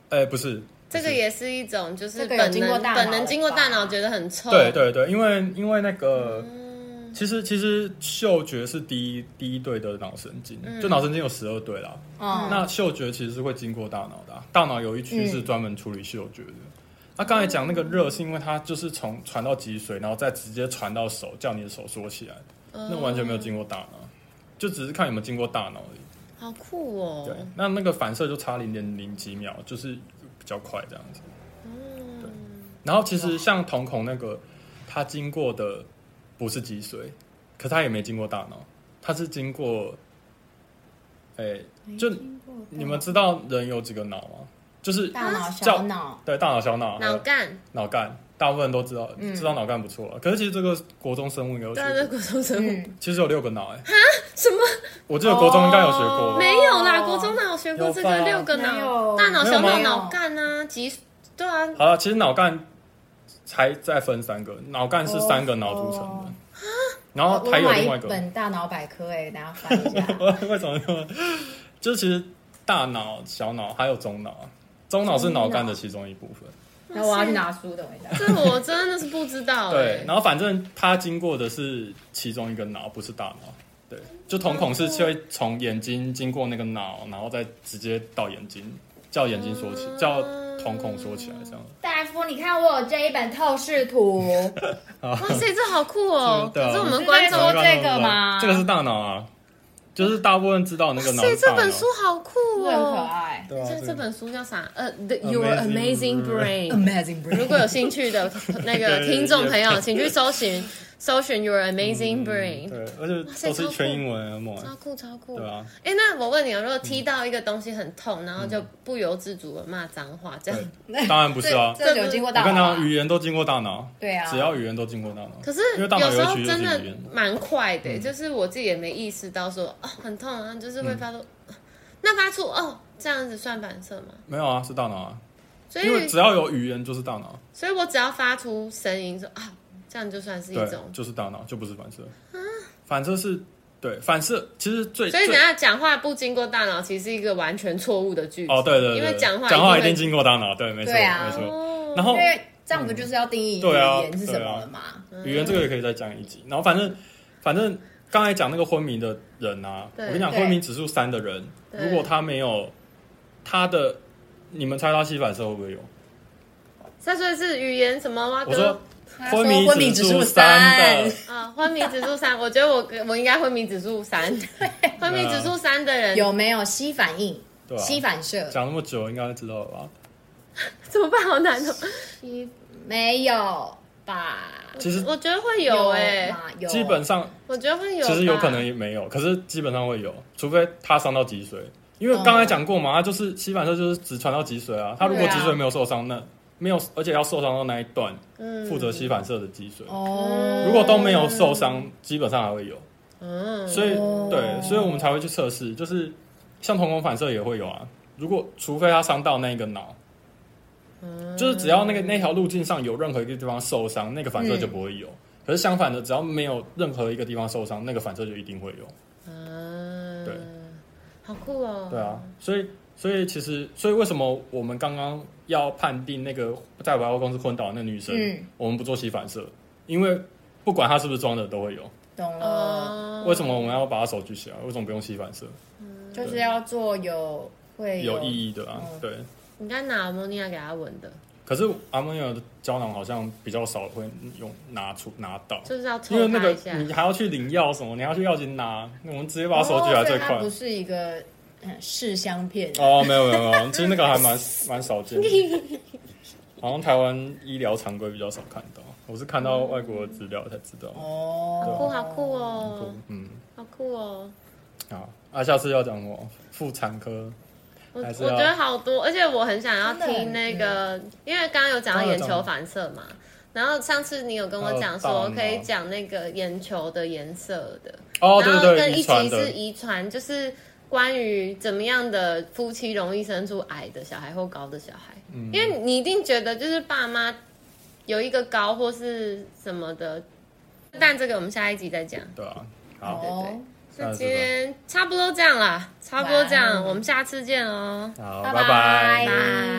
[SPEAKER 2] 哎、不是，
[SPEAKER 1] 这个也是一种就是
[SPEAKER 3] 这个
[SPEAKER 1] 本能，
[SPEAKER 3] 有经过大脑
[SPEAKER 1] 本能经过大脑
[SPEAKER 3] 吧
[SPEAKER 1] 觉得很臭。
[SPEAKER 2] 对对对，因为因为那个，
[SPEAKER 1] 嗯，
[SPEAKER 2] 其实其实嗅觉是第一第一对的脑神经，就脑神经有十二对啦。
[SPEAKER 3] 嗯，
[SPEAKER 2] 那嗅觉其实是会经过大脑的啊、大脑有一区是专门处理嗅觉的。那刚、才讲那个热，是因为它就是从传到脊髓，然后再直接传到手，叫你的手缩起来，那完全没有经过大脑，就只是看有没有经过大脑而已。
[SPEAKER 1] 好酷哦。
[SPEAKER 2] 对，那那个反射就差零点零几秒，就是比较快这样子。对。
[SPEAKER 1] 嗯
[SPEAKER 2] 然后其实像瞳孔那个，它经过的不是脊髓，可它也没经过大脑，它是经过，哎、就你们知道人有几个脑吗？就是
[SPEAKER 3] 大脑
[SPEAKER 2] 叫
[SPEAKER 3] 小脑，嗯
[SPEAKER 2] 对大脑、小脑、还
[SPEAKER 1] 脑
[SPEAKER 2] 有
[SPEAKER 1] 干，
[SPEAKER 2] 脑干，大部分都知道，知道脑干不错了。可是其实这个国中生物有
[SPEAKER 1] 对啊，这
[SPEAKER 2] 学，
[SPEAKER 1] 国中生物
[SPEAKER 3] 嗯，
[SPEAKER 2] 其实有六个脑哎、
[SPEAKER 1] 什么
[SPEAKER 2] 我记得国中应该有学
[SPEAKER 3] 哦
[SPEAKER 2] 过，
[SPEAKER 1] 没有啦？国中哪有学过
[SPEAKER 2] 有
[SPEAKER 1] 这
[SPEAKER 2] 吧
[SPEAKER 1] 个六个
[SPEAKER 3] 没
[SPEAKER 1] 脑，
[SPEAKER 3] 有
[SPEAKER 1] 大脑、小
[SPEAKER 2] 没
[SPEAKER 1] 脑、
[SPEAKER 2] 有吗
[SPEAKER 1] 脑干啊，脊，对啊，
[SPEAKER 2] 好了，其实脑干才再分三个，脑干是三个脑组成的，
[SPEAKER 3] 哦
[SPEAKER 2] 然后
[SPEAKER 3] 我
[SPEAKER 2] 还有
[SPEAKER 3] 买
[SPEAKER 2] 另外
[SPEAKER 3] 一
[SPEAKER 2] 一个，。
[SPEAKER 3] 本大脑百科，哎，大家翻一下
[SPEAKER 2] 为什么这么？就是其实大脑、小脑还有中脑，中脑是脑干的其中一部分。
[SPEAKER 1] 嗯
[SPEAKER 3] 那我要去拿书，等我一下。
[SPEAKER 1] 这我真的是不知道
[SPEAKER 2] 对，
[SPEAKER 1] 哎。
[SPEAKER 2] 然后反正它经过的是其中一个脑，不是大脑。对，
[SPEAKER 1] 嗯
[SPEAKER 2] 就瞳孔是会从眼睛经过那个脑，然后再直接到眼睛，叫眼睛缩起，
[SPEAKER 1] 嗯
[SPEAKER 2] 叫瞳孔缩起来这样。
[SPEAKER 3] 大夫，你看我有这一本透 视图，
[SPEAKER 1] 哇塞，这好酷哦！
[SPEAKER 2] 真的
[SPEAKER 1] 可是我们
[SPEAKER 3] 是
[SPEAKER 1] 观
[SPEAKER 3] 在
[SPEAKER 1] 众
[SPEAKER 3] 说这个吗
[SPEAKER 2] 这个是大脑啊，就是大部分知道那个脑
[SPEAKER 1] 啊
[SPEAKER 2] 啊
[SPEAKER 1] 所以这
[SPEAKER 2] 大
[SPEAKER 1] 本
[SPEAKER 2] 脑
[SPEAKER 1] 书好酷
[SPEAKER 3] 真的很可
[SPEAKER 1] 哦！
[SPEAKER 3] 爱。
[SPEAKER 2] 对啊
[SPEAKER 1] 像
[SPEAKER 2] 对
[SPEAKER 1] 这本书叫啥？呃，The Your Amazing
[SPEAKER 2] Amazing
[SPEAKER 1] Brain。
[SPEAKER 3] Amazing
[SPEAKER 1] 如
[SPEAKER 3] Brain，
[SPEAKER 1] 果有兴趣的 那个
[SPEAKER 2] 对嗯
[SPEAKER 1] 听众朋友，请去搜寻搜寻 Your Amazing Brain。
[SPEAKER 2] 对，而且都是全英文啊，莫
[SPEAKER 1] 超酷超酷！
[SPEAKER 2] 对啊，
[SPEAKER 1] 哎，那我问你哦，如果踢到一个东西很痛，然后就不由自主的骂脏话，这样
[SPEAKER 2] 对，当然不是啊，
[SPEAKER 3] 这这有经过
[SPEAKER 2] 我
[SPEAKER 3] 大
[SPEAKER 2] 跟
[SPEAKER 3] 脑
[SPEAKER 2] 他
[SPEAKER 3] 啊，
[SPEAKER 2] 语言都经过大脑，
[SPEAKER 3] 对啊
[SPEAKER 2] 只要语言都经过大脑，
[SPEAKER 1] 可是
[SPEAKER 2] 因为大脑
[SPEAKER 1] 有时
[SPEAKER 2] 有
[SPEAKER 1] 候
[SPEAKER 2] 区域
[SPEAKER 1] 真的
[SPEAKER 2] 语言，
[SPEAKER 1] 蛮快
[SPEAKER 2] 嗯
[SPEAKER 1] 的、就是我自己也没意识到说哦很痛啊，就是会
[SPEAKER 2] 嗯
[SPEAKER 1] 发出，那发出哦这样子算反射吗？
[SPEAKER 2] 没有啊，是大脑啊，
[SPEAKER 1] 所
[SPEAKER 2] 因为
[SPEAKER 1] 以
[SPEAKER 2] 只要有语言就是大脑，
[SPEAKER 1] 所以我只要发出声音说啊，这样就算是一
[SPEAKER 2] 对
[SPEAKER 1] 种，。啊
[SPEAKER 2] 就是大脑，就不是反射，反射是对反射，其实最
[SPEAKER 1] 所以等
[SPEAKER 2] 最
[SPEAKER 1] 下讲话不经过大脑，其实是一个完全错误的句子。
[SPEAKER 2] 哦，对对对，
[SPEAKER 1] 因为讲话
[SPEAKER 2] 讲话一
[SPEAKER 1] 会
[SPEAKER 2] 定经过大脑，对，没错
[SPEAKER 3] 对啊
[SPEAKER 2] 没错。
[SPEAKER 1] 哦
[SPEAKER 2] 然后
[SPEAKER 3] 因为这样不就是要定义语
[SPEAKER 2] 对啊
[SPEAKER 3] 言是什么了吗？
[SPEAKER 2] 语言这个也可以再讲一集。然后反正反正刚才讲那个昏迷的人啊，我
[SPEAKER 1] 对
[SPEAKER 2] 跟你讲，
[SPEAKER 3] 对
[SPEAKER 2] 昏迷指数三的人，
[SPEAKER 1] 对
[SPEAKER 2] 如果他没有他的，你们猜他膝反射会不会有？
[SPEAKER 1] 再说一次语言什么哇
[SPEAKER 2] 我说
[SPEAKER 1] 哥
[SPEAKER 3] 他说
[SPEAKER 2] 昏迷
[SPEAKER 3] 昏迷指
[SPEAKER 2] 指
[SPEAKER 3] 数
[SPEAKER 2] 数三的
[SPEAKER 3] 三
[SPEAKER 1] 啊，昏迷指数三，我觉得我我应该昏迷指数三，昏迷指数三的人
[SPEAKER 3] 有没有膝反应、
[SPEAKER 2] 啊对吧、啊
[SPEAKER 3] 膝反射？
[SPEAKER 2] 讲那么久，应该知道了吧？
[SPEAKER 1] 怎么办？好难哦。
[SPEAKER 3] 没有吧？
[SPEAKER 2] 其实
[SPEAKER 1] 我觉得会有哎、
[SPEAKER 3] 吗有
[SPEAKER 2] 欸基本上
[SPEAKER 1] 我觉得会有吧，
[SPEAKER 2] 其实有可能也没有，可是基本上会有，除非他伤到脊髓，因为刚才讲过嘛，他就是膝反射就是只传到脊髓啊，他如果
[SPEAKER 3] 哦对
[SPEAKER 2] 脊
[SPEAKER 3] 啊
[SPEAKER 2] 髓没有受伤，那没有，而且要受伤到那一段
[SPEAKER 1] 嗯
[SPEAKER 2] 负责膝反射的脊髓，
[SPEAKER 3] 哦，
[SPEAKER 2] 如果都没有受伤，基本上还会有，
[SPEAKER 1] 嗯，
[SPEAKER 2] 所以
[SPEAKER 3] 哦
[SPEAKER 2] 对，所以我们才会去测试，就是像瞳孔反射也会有啊，如果除非他伤到那个脑。
[SPEAKER 3] 嗯
[SPEAKER 2] 就是只要那个那条路径上有任何一个地方受伤，那个反射就不会有。
[SPEAKER 3] 嗯
[SPEAKER 2] 可是相反的，只要没有任何一个地方受伤，那个反射就一定会有。
[SPEAKER 3] 哦
[SPEAKER 1] 啊
[SPEAKER 2] 对，
[SPEAKER 1] 好酷哦，
[SPEAKER 2] 对啊，，所以所以其实所以为什么我们刚刚要判定那个在百货公司昏倒的那女生，
[SPEAKER 3] 嗯
[SPEAKER 2] 我们不做膝反射，因为不管她是不是装的都会有。
[SPEAKER 3] 懂了，
[SPEAKER 1] 哦，
[SPEAKER 2] 为什么我们要把她手举起来？为什么不用膝反射？
[SPEAKER 3] 就是要做有会
[SPEAKER 2] 有
[SPEAKER 3] 义。
[SPEAKER 2] 意义的啊，
[SPEAKER 3] 嗯
[SPEAKER 2] 对。
[SPEAKER 1] 你刚拿莫尼亚给他闻的，
[SPEAKER 2] 可是阿莫尼亚的胶囊好像比较少会用拿出拿到，
[SPEAKER 1] 就是要抽
[SPEAKER 2] 因为那
[SPEAKER 1] 他
[SPEAKER 2] 个
[SPEAKER 1] 一下，
[SPEAKER 2] 你还要去领药什么，你还要去药局拿，我们直接把手举起来最快
[SPEAKER 3] 哦所以它。不是一个嗯试香片，
[SPEAKER 2] 哦，没有没有没 有，其实那个还蛮蛮少见的，好像台湾医疗常规比较少看到，我是看到外国的资料才知道。
[SPEAKER 1] 好
[SPEAKER 2] 啊
[SPEAKER 3] 哦，
[SPEAKER 1] 酷好酷
[SPEAKER 2] 不
[SPEAKER 1] 哦，
[SPEAKER 2] 嗯，
[SPEAKER 1] 好酷哦。
[SPEAKER 2] 好，啊，下次要讲什么？妇产科，
[SPEAKER 1] 我
[SPEAKER 2] 还
[SPEAKER 1] 我
[SPEAKER 2] 是要
[SPEAKER 1] 觉得好多，而且我很想要
[SPEAKER 3] 真的很嗯
[SPEAKER 1] 听那个，因为刚刚有讲到眼球反射嘛，然后上次你有跟我讲
[SPEAKER 2] 还有
[SPEAKER 1] 说
[SPEAKER 2] 哦大脑
[SPEAKER 1] 可以讲那个眼球的颜色的，
[SPEAKER 2] 哦，对
[SPEAKER 1] 然后
[SPEAKER 2] 对
[SPEAKER 1] 跟
[SPEAKER 2] 对，
[SPEAKER 1] 一
[SPEAKER 2] 遗传
[SPEAKER 1] 集
[SPEAKER 2] 的
[SPEAKER 1] 是，遗传，就是关于怎么样的夫妻容易生出矮的小孩或高的小孩，
[SPEAKER 2] 嗯
[SPEAKER 1] 因为你一定觉得就是爸妈有一个高或是什么的，但这个我们下一集再讲。
[SPEAKER 2] 对啊，好，
[SPEAKER 3] 哦，
[SPEAKER 1] 那今天差不多这样啦，差不多这
[SPEAKER 3] 哇
[SPEAKER 1] 样，
[SPEAKER 3] 哦
[SPEAKER 1] 我们下次见哦，
[SPEAKER 2] 好，
[SPEAKER 3] 拜
[SPEAKER 2] 拜
[SPEAKER 1] 拜。